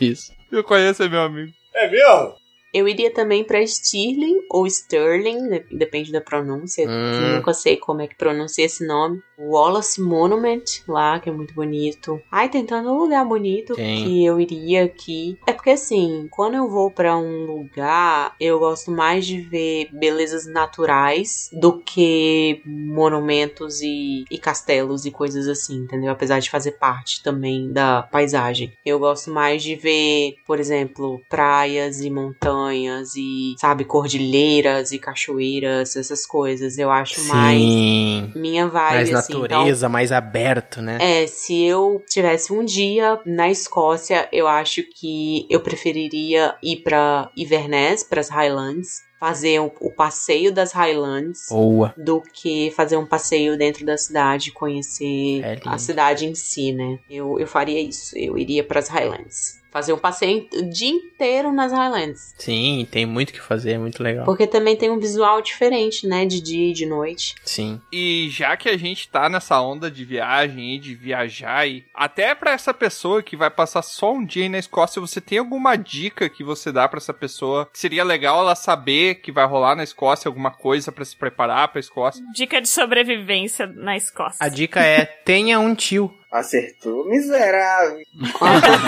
Speaker 3: Isso.
Speaker 2: Eu conheço, é meu amigo.
Speaker 16: É meu?
Speaker 4: Eu iria também pra Stirling ou Sterling, de- depende da pronúncia.
Speaker 16: Hum.
Speaker 4: Eu nunca sei como é que pronuncia esse nome. Wallace Monument, lá, que é muito bonito. Ai, tem tanto lugar bonito
Speaker 16: Tem.
Speaker 4: que eu iria aqui. É porque assim, quando eu vou pra um lugar, eu gosto mais de ver belezas naturais do que monumentos e, e castelos e coisas assim, entendeu? Apesar de fazer parte também da paisagem. Eu gosto mais de ver, por exemplo, praias e montanhas e, sabe, cordilheiras e cachoeiras, essas coisas. Eu acho
Speaker 1: Sim.
Speaker 4: mais minha vibe,
Speaker 1: mais
Speaker 4: assim. Então,
Speaker 1: natureza, mais aberto, né?
Speaker 4: é, se eu tivesse um dia na Escócia, eu acho que eu preferiria ir pra Iverness, pras Highlands, fazer o, o passeio das Highlands.
Speaker 1: Boa.
Speaker 4: Do que fazer um passeio dentro da cidade, conhecer
Speaker 1: É
Speaker 4: a cidade em si, né? Eu, eu faria isso, eu iria pras Highlands. Fazer um passeio o dia inteiro nas Highlands.
Speaker 1: Sim, tem muito o que fazer, é muito legal.
Speaker 4: Porque também tem um visual diferente, né? De dia e de noite.
Speaker 1: Sim.
Speaker 2: E já que a gente tá nessa onda de viagem e de viajar, e até pra essa pessoa que vai passar só um dia aí na Escócia, você tem alguma dica que você dá pra essa pessoa? Que seria legal ela saber que vai rolar na Escócia alguma coisa pra se preparar pra Escócia?
Speaker 6: Dica de sobrevivência na Escócia.
Speaker 1: A dica é tenha um tio.
Speaker 16: Acertou, miserável.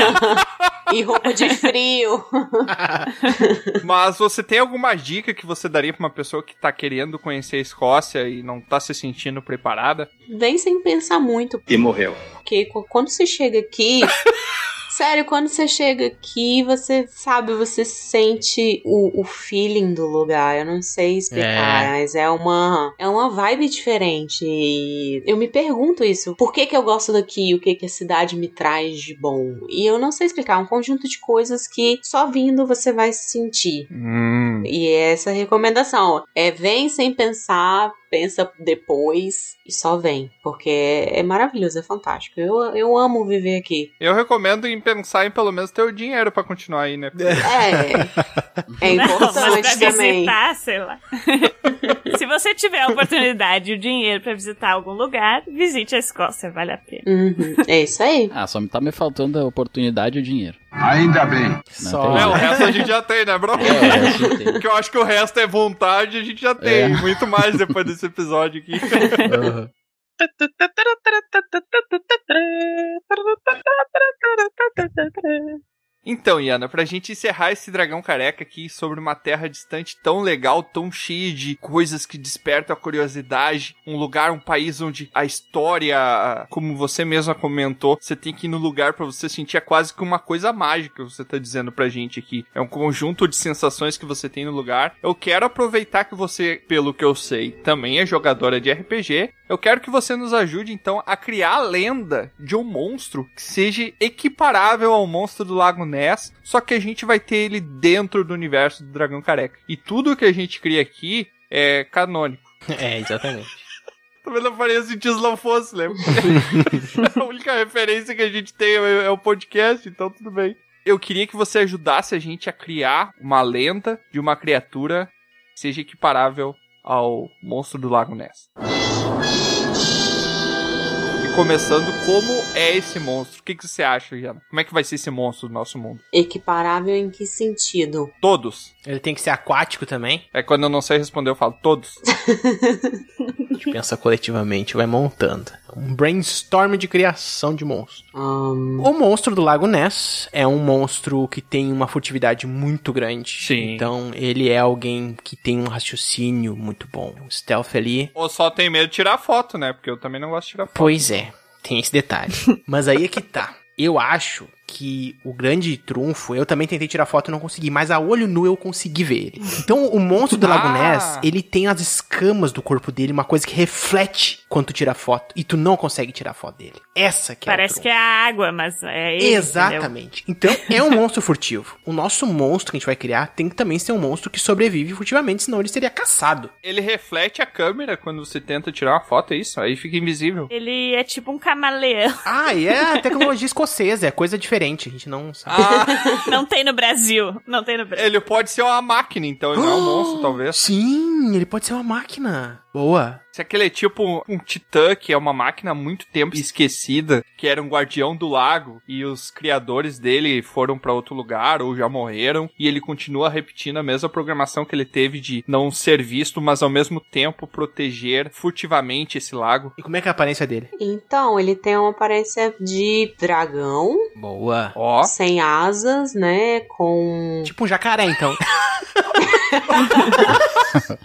Speaker 4: e roupa de frio.
Speaker 2: Mas você tem alguma dica que você daria pra uma pessoa que tá querendo conhecer a Escócia e não tá se sentindo preparada?
Speaker 4: Vem sem pensar muito,
Speaker 2: E morreu.
Speaker 4: Porque qu- quando você chega aqui. Sério, quando você chega aqui, você sabe, você sente o, o feeling do lugar. Eu não sei explicar,
Speaker 16: É.
Speaker 4: mas é uma, é uma vibe diferente. E eu me pergunto isso. Por que, que eu gosto daqui? O que, que a cidade me traz de bom? E eu não sei explicar. É um conjunto de coisas que só vindo você vai sentir. E essa é a recomendação é vem sem pensar, pensa depois e só vem, porque é maravilhoso, é fantástico. Eu, eu amo viver aqui.
Speaker 2: Eu recomendo em pensar em pelo menos ter o dinheiro pra continuar aí, né?
Speaker 4: É, é
Speaker 6: Não, mas
Speaker 4: importante
Speaker 6: Né? pra
Speaker 4: também.
Speaker 6: visitar, sei lá. Se você tiver a oportunidade e o dinheiro pra visitar algum lugar, visite a Escócia, vale a pena.
Speaker 4: é isso aí.
Speaker 3: Ah, só me tá me faltando a oportunidade e o dinheiro.
Speaker 7: Ainda bem.
Speaker 3: tem
Speaker 2: É, o
Speaker 3: jeito.
Speaker 2: resto a gente já tem, né, bro?
Speaker 1: É.
Speaker 2: Porque eu acho que o resto é vontade, a gente já tem.
Speaker 3: É.
Speaker 2: Muito mais depois desse episódio aqui. Então, Iana, pra gente encerrar esse dragão careca aqui sobre uma terra distante tão legal, tão cheia de coisas que despertam a curiosidade, um lugar, um país onde a história, como você mesma comentou, você tem que ir no lugar pra você sentir é quase que uma coisa mágica, você tá dizendo pra gente aqui. É um conjunto de sensações que você tem no lugar. Eu quero aproveitar que você, pelo que eu sei, também é jogadora de RPG. Eu quero que você nos ajude então a criar a lenda de um monstro que seja equiparável ao monstro do Lago Ness, só que a gente vai ter ele dentro do universo do Dragão Careca. E tudo que a gente cria aqui é canônico.
Speaker 1: É, exatamente.
Speaker 2: Também não faria sentido se não fosse, né? a única referência que a gente tem é é o podcast, então tudo bem. Eu queria que você ajudasse a gente a criar uma lenda de uma criatura que seja equiparável ao monstro do Lago Ness. E começando, como é esse monstro? O que, que você acha, Jana? Como é que vai ser esse monstro do nosso mundo?
Speaker 4: Equiparável em que sentido?
Speaker 2: Todos.
Speaker 1: Ele tem que ser aquático também?
Speaker 2: É quando eu não sei responder, eu falo todos.
Speaker 1: A gente pensa coletivamente, vai montando. Um brainstorm de criação de monstro. O monstro do Lago Ness é um monstro que tem uma furtividade muito grande. Sim. Então, ele é alguém que tem um raciocínio muito bom. O stealth ali
Speaker 2: Ou só tem medo de tirar foto, né? Porque eu também não gosto de tirar foto.
Speaker 1: Pois é, tem esse detalhe. Mas aí é que tá. Eu acho que o grande trunfo, eu também tentei tirar foto e não consegui, mas a olho nu eu consegui ver ele. Então, o monstro do Lago
Speaker 2: Ah!
Speaker 1: Ness, ele tem as escamas do corpo dele, uma coisa que reflete quando tu tira foto, e tu não consegue tirar foto dele. Essa que é o
Speaker 6: Parece que é a água, mas é ele,
Speaker 1: Exatamente. Então, é um monstro furtivo. O nosso monstro que a gente vai criar tem que também ser um monstro que sobrevive furtivamente, senão ele seria caçado.
Speaker 2: Ele reflete a câmera quando você tenta tirar uma foto, é isso? Aí fica invisível.
Speaker 6: entendeu? Ele é tipo um camaleão.
Speaker 1: Ah, e é a tecnologia escocesa, é coisa diferente, a gente não sabe.
Speaker 6: Não tem no Brasil. Não tem no Brasil.
Speaker 2: Ele pode ser uma máquina, então, ele não é um monstro, talvez.
Speaker 1: Sim, ele pode ser uma máquina. Boa.
Speaker 2: Se aquele é tipo um titã, que é uma máquina há muito tempo esquecida, que era um guardião do lago, e os criadores dele foram para outro lugar ou já morreram, e ele continua repetindo a mesma programação que ele teve de não ser visto, mas ao mesmo tempo proteger furtivamente esse lago.
Speaker 1: E como é que é a aparência dele?
Speaker 4: Então, ele tem uma aparência de dragão.
Speaker 1: Boa.
Speaker 2: Ó.
Speaker 4: Sem asas, né? Com.
Speaker 1: Tipo um jacaré, então.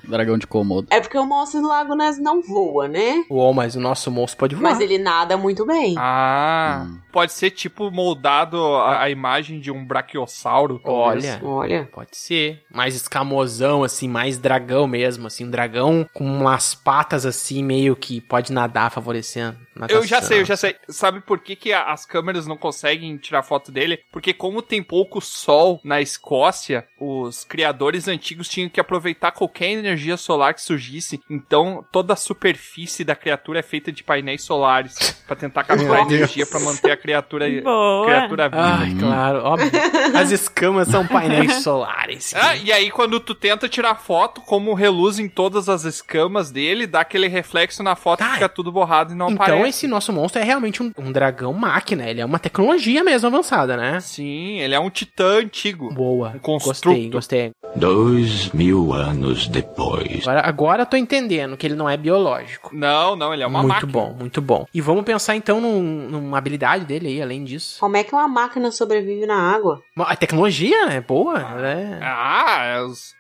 Speaker 3: Dragão de Komodo.
Speaker 4: É porque o monstro do Lago Ness não voa, né?
Speaker 1: Uou, mas o nosso monstro pode voar.
Speaker 4: Mas ele nada muito bem.
Speaker 2: Ah, pode ser tipo moldado a, a imagem de um braquiosauro. talvez.
Speaker 1: Olha.
Speaker 4: Olha.
Speaker 1: Pode ser. Mais escamosão, assim, mais dragão mesmo, assim. Um dragão com umas patas, assim, meio que pode nadar, favorecendo.
Speaker 2: Eu
Speaker 1: natação.
Speaker 2: já sei, eu já sei. Sabe por que, que a- as câmeras não conseguem tirar foto dele? Porque como tem pouco sol na Escócia, os criadores antigos tinham que aproveitar qualquer energia solar que surgisse. Então, toda a superfície da criatura é feita de painéis solares pra tentar capturar
Speaker 1: Meu
Speaker 2: energia pra manter a criatura,
Speaker 6: Boa.
Speaker 2: criatura viva.
Speaker 1: Ai, Ah, claro, óbvio. As escamas são painéis solares.
Speaker 2: Ah, e aí quando tu tenta tirar foto, como reluzem todas as escamas dele, dá aquele reflexo na foto e fica tudo borrado e não
Speaker 1: Tá. Então
Speaker 2: aparece.
Speaker 1: esse nosso monstro é realmente um, um dragão máquina, ele é uma tecnologia mesmo avançada, né?
Speaker 2: Sim, ele é um titã antigo.
Speaker 1: Boa.
Speaker 2: Um construto.
Speaker 1: Gostei, gostei.
Speaker 17: Dois mil anos depois.
Speaker 1: Agora, agora eu tô entendendo que ele não é biológico.
Speaker 2: Não, não, ele é uma
Speaker 1: muito
Speaker 2: máquina.
Speaker 1: bom, muito bom. E vamos pensar então num- numa habilidade dele aí, além disso.
Speaker 4: Como é que uma máquina sobrevive na água?
Speaker 1: Uma- A tecnologia é boa, ela é
Speaker 2: Ah, é os...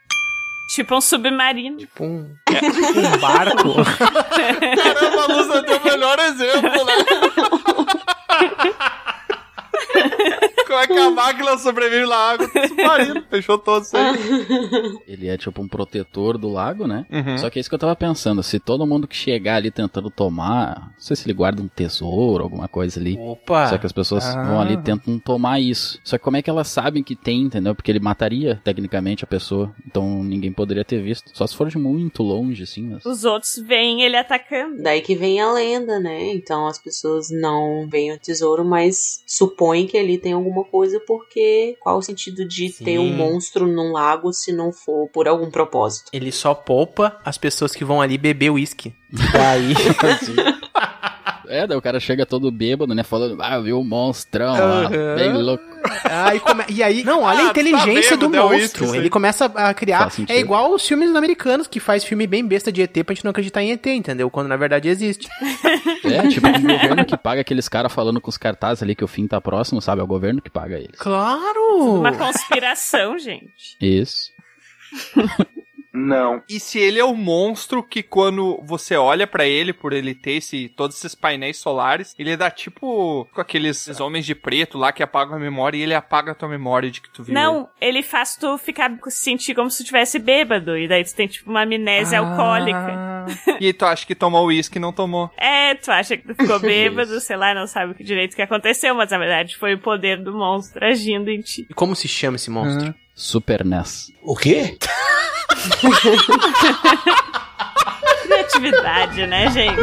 Speaker 6: Tipo um submarino.
Speaker 1: tipo um, um barco.
Speaker 2: Caramba, a Luz deu o melhor exemplo, né? Como é que a máquina sobrevive na água? Submarino, fechou todo isso aí.
Speaker 3: Ele é tipo um protetor do lago, né?
Speaker 2: Uhum.
Speaker 3: Só que é isso que eu tava pensando. Se todo mundo que chegar ali tentando tomar, não sei se ele guarda um tesouro, alguma coisa ali.
Speaker 1: Opa!
Speaker 3: Só que as pessoas
Speaker 1: Ah.
Speaker 3: vão ali e tentam tomar isso. Só que como é que elas sabem que tem, entendeu? Porque ele mataria, tecnicamente, a pessoa. Então ninguém poderia ter visto. Só se for de muito longe, assim. Mas...
Speaker 6: Os outros veem ele atacando.
Speaker 4: Daí que vem a lenda, né? Então as pessoas não veem o tesouro, mas supõem que ali tem alguma coisa, porque qual o sentido de ter um monstro num lago se não for por algum propósito?
Speaker 1: Ele só poupa as pessoas que vão ali beber uísque. Daí.
Speaker 3: Assim. É, daí o cara chega todo bêbado, né? Falando, ah, viu o monstrão lá,
Speaker 1: Aham.
Speaker 3: bem louco.
Speaker 1: Ah, e, come- e aí, não, olha
Speaker 2: Ah,
Speaker 1: a
Speaker 2: tá
Speaker 1: inteligência
Speaker 2: vendo,
Speaker 1: do
Speaker 2: né, o
Speaker 1: monstro.
Speaker 2: isso,
Speaker 1: ele
Speaker 2: sim.
Speaker 1: começa a criar.
Speaker 3: Faz sentido.
Speaker 1: É igual os filmes americanos que faz filme bem besta de ET pra gente não acreditar em ET, entendeu? Quando na verdade existe.
Speaker 3: É, tipo, o governo que paga aqueles caras falando com os cartazes ali que o fim tá próximo, sabe? É o governo que paga eles.
Speaker 1: Claro!
Speaker 6: Uma conspiração, gente.
Speaker 3: Isso.
Speaker 2: Não. E se ele é um monstro que quando você olha pra ele, por ele ter esse, todos esses painéis solares, ele dá tipo com aqueles homens de preto lá que apagam a memória e ele apaga a tua memória de que tu viu. ele.
Speaker 6: Não, ele faz tu ficar se sentir como se tu tivesse bêbado. E daí tu tem tipo uma amnésia alcoólica.
Speaker 2: E tu acha que tomou uísque e não tomou.
Speaker 6: É, tu acha que tu ficou bêbado, sei lá, não sabe o que direito que aconteceu, mas na verdade foi o poder do monstro agindo em ti.
Speaker 1: E como se chama esse monstro?
Speaker 3: Super NES.
Speaker 1: O quê?
Speaker 6: Criatividade, né, gente?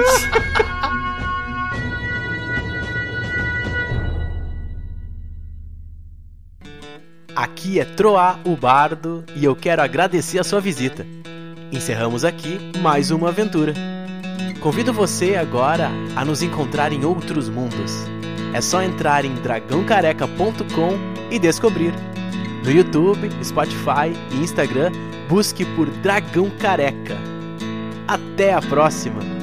Speaker 18: Aqui é Troá, o Bardo, e eu quero agradecer a sua visita. Encerramos aqui mais uma aventura. Convido você agora a nos encontrar em outros mundos. É só entrar em dragãocareca.com e descobrir. No YouTube, Spotify e Instagram, busque por Dragão Careca. Até a próxima!